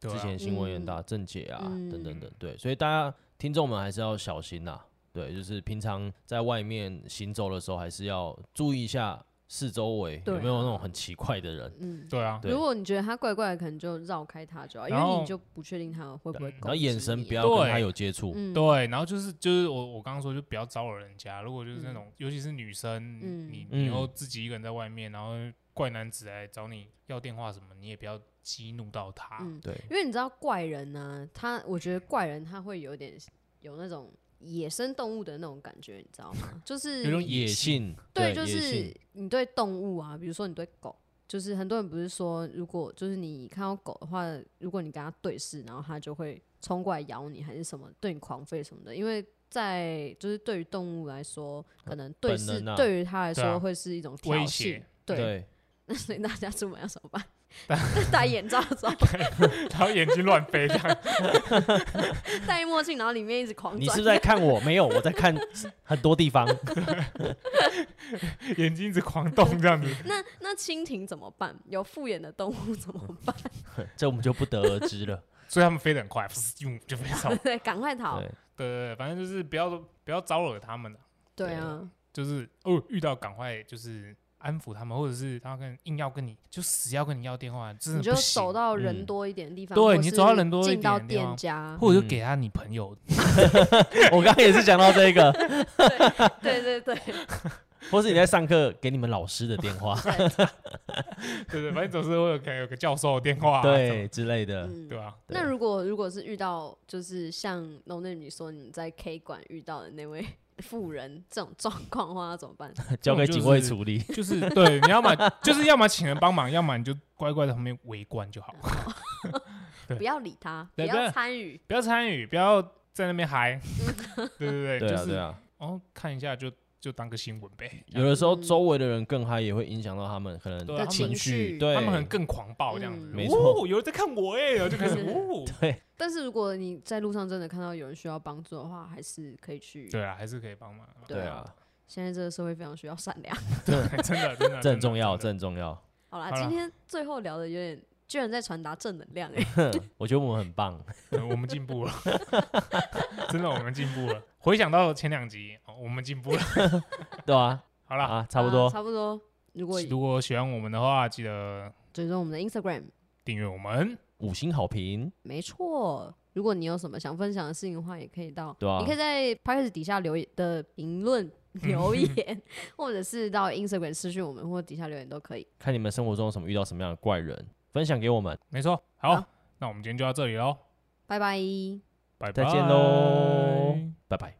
[SPEAKER 1] 对
[SPEAKER 3] 之
[SPEAKER 1] 啊
[SPEAKER 3] 前新闻也很
[SPEAKER 2] 嗯
[SPEAKER 3] 大，郑解啊
[SPEAKER 2] 嗯
[SPEAKER 3] 等等等，对，所以大家听众们还是要小心啦、对，就是平常在外面行走的时候，还是要注意一下四周围有
[SPEAKER 2] 对
[SPEAKER 3] 没有那
[SPEAKER 2] 啊
[SPEAKER 3] 种很奇怪的人，
[SPEAKER 2] 嗯。
[SPEAKER 1] 对啊，
[SPEAKER 3] 对
[SPEAKER 2] 如果你觉得他怪怪的，可能就绕开他就好，因
[SPEAKER 1] 然
[SPEAKER 2] 为
[SPEAKER 1] 后
[SPEAKER 2] 你就不确定他会不会
[SPEAKER 1] 对
[SPEAKER 2] 攻
[SPEAKER 3] 然后
[SPEAKER 2] 击
[SPEAKER 3] 眼神不
[SPEAKER 2] 你
[SPEAKER 3] 要跟
[SPEAKER 1] 对
[SPEAKER 3] 他有接触，
[SPEAKER 2] 嗯，
[SPEAKER 1] 对，然后就是就是我我刚刚说就不要招惹人家，如果就是那种、尤其是女生，
[SPEAKER 2] 嗯
[SPEAKER 1] 你你
[SPEAKER 3] 嗯
[SPEAKER 1] 又自己一个人在外面，然后怪男子来找你要电话什么，你也不要激怒到他。
[SPEAKER 2] 嗯，
[SPEAKER 3] 对，
[SPEAKER 2] 因为你知道怪人呢、他我觉得怪人他会有点有那种野生动物的那种感觉，你知道吗？就是
[SPEAKER 1] 有种
[SPEAKER 2] 你
[SPEAKER 3] 野性，
[SPEAKER 2] 对，
[SPEAKER 3] 对，
[SPEAKER 2] 就
[SPEAKER 3] 野
[SPEAKER 2] 是
[SPEAKER 3] 性，
[SPEAKER 2] 你对动物啊，比如说你对狗，就是很多人不是说，如果就是你看到狗的话，如果你跟它对视，然后它就会冲过来咬你，还是什么，对你狂吠什么的，因为。在就是对于动物来说，可能对
[SPEAKER 3] 本
[SPEAKER 2] 视、
[SPEAKER 3] 能啊
[SPEAKER 2] 对于它来
[SPEAKER 1] 对啊
[SPEAKER 2] 说会是一种挑
[SPEAKER 1] 威
[SPEAKER 2] 衅
[SPEAKER 1] 胁，
[SPEAKER 2] 对。
[SPEAKER 3] 对，
[SPEAKER 2] 那所以大家出门要怎么办？戴眼罩的时候，
[SPEAKER 1] 然后眼睛乱飞这样， *laughs*
[SPEAKER 2] 戴墨镜，然后里面一直狂
[SPEAKER 3] 你是
[SPEAKER 2] 转
[SPEAKER 3] 不是。在看我？没有，我在看 *laughs* 很多地方。
[SPEAKER 1] 眼睛一直狂动这样子。
[SPEAKER 2] 那那蜻蜓怎么办？有复眼的动物怎么办？ *laughs*
[SPEAKER 3] 这我们就不得而知了。
[SPEAKER 1] 所以他们飞得很快，就飞走。
[SPEAKER 2] 对，赶快逃
[SPEAKER 3] 对！，
[SPEAKER 1] 对对对，反正就是不要不要招惹他们啊
[SPEAKER 2] 对啊，
[SPEAKER 1] 就是哦遇到赶快就是安抚他们，或者是他跟硬要跟你就死要跟你要电话，真
[SPEAKER 2] 你
[SPEAKER 1] 的
[SPEAKER 2] 就
[SPEAKER 1] 不行
[SPEAKER 2] 走。到人
[SPEAKER 3] 嗯
[SPEAKER 2] 多一点的地方，
[SPEAKER 1] 对
[SPEAKER 2] 或
[SPEAKER 1] 你
[SPEAKER 2] 是
[SPEAKER 1] 走到人多一
[SPEAKER 2] 进到
[SPEAKER 1] 点的地
[SPEAKER 2] 店
[SPEAKER 1] 方
[SPEAKER 2] 家，
[SPEAKER 1] *laughs* 或者就给他你朋友，
[SPEAKER 3] 我刚刚也是讲到这
[SPEAKER 2] *laughs*
[SPEAKER 3] 个，*laughs*
[SPEAKER 2] 对对对，
[SPEAKER 3] 或是你在上课给你们老师的电话，
[SPEAKER 1] *laughs* 对对，反正总是会有可能有个教授的电话啊，怎么
[SPEAKER 3] *laughs* 对之类的。
[SPEAKER 1] *laughs*
[SPEAKER 2] 嗯
[SPEAKER 1] 对。啊吧？
[SPEAKER 2] 那
[SPEAKER 3] 对
[SPEAKER 2] 如果如果是遇到就是像 No Name 你说你在 K 馆遇到的那位 *laughs* 富人这种状况的话，要怎么
[SPEAKER 1] *laughs*
[SPEAKER 2] 办？
[SPEAKER 3] 交给警卫处理。
[SPEAKER 1] 就是对，你要么就是要么请人帮忙，要么你就乖乖在旁边围观就好，对
[SPEAKER 2] 不要理他，不
[SPEAKER 1] 对不
[SPEAKER 2] 要
[SPEAKER 1] 要
[SPEAKER 2] 参与。
[SPEAKER 1] 不要参与，不要在那边嗨。对对对，
[SPEAKER 3] 对
[SPEAKER 1] 就
[SPEAKER 3] 啊，对
[SPEAKER 1] 是
[SPEAKER 3] 啊，
[SPEAKER 1] 哦，看一下就就当个新闻呗。
[SPEAKER 3] 有的时候周围的人更嗨，也会影响到他们可能
[SPEAKER 1] 对啊他们
[SPEAKER 2] 情绪
[SPEAKER 3] 对，
[SPEAKER 1] 他们可能更狂暴这样子，
[SPEAKER 2] 嗯
[SPEAKER 3] 没错
[SPEAKER 1] 哦，有人在看我哎，然后就开始哦， *laughs*
[SPEAKER 3] 对
[SPEAKER 2] 但是如果你在路上真的看到有人需要帮助的话，还是可以去。
[SPEAKER 1] 对啊，还是可以帮忙，
[SPEAKER 3] 对啊，
[SPEAKER 2] 现在这个社会非常需要善良。
[SPEAKER 1] 对，真的真的，
[SPEAKER 3] *laughs* 这
[SPEAKER 1] 真
[SPEAKER 3] 很
[SPEAKER 1] 的
[SPEAKER 3] 重要，这
[SPEAKER 1] 真的
[SPEAKER 3] 很重要。
[SPEAKER 2] 好啦，
[SPEAKER 1] 好啦
[SPEAKER 2] 今天最后聊的有点，居然在传达正能量哎、
[SPEAKER 3] 我觉得我们很棒，
[SPEAKER 1] 对我们进步了，真的我们进步了。回想到前两集，哦我们进步了。
[SPEAKER 3] 对啊，
[SPEAKER 1] 好了，
[SPEAKER 3] *laughs* 啊，差不
[SPEAKER 2] 啊
[SPEAKER 3] 多，
[SPEAKER 2] *laughs* 差不多。如果
[SPEAKER 1] 如果喜欢我们的话，记得
[SPEAKER 2] 追踪我们的 Instagram，
[SPEAKER 1] 订阅我们。
[SPEAKER 3] 五星好评，
[SPEAKER 2] 没错，如果你有什么想分享的事情的话，也可以到，
[SPEAKER 3] 对啊
[SPEAKER 2] 你可以在 p o d c a s t 底下留言的评
[SPEAKER 3] *laughs*
[SPEAKER 2] 论留言，或者是到 Instagram 私讯我们，或底下留言都可以。
[SPEAKER 3] 看你们生活中有什么遇到什么样的怪人，分享给我们。
[SPEAKER 1] 没错，好，
[SPEAKER 2] 好
[SPEAKER 1] 那我们今天就到这里喽，
[SPEAKER 2] 拜拜。
[SPEAKER 1] 拜拜，
[SPEAKER 3] 再见喽拜拜。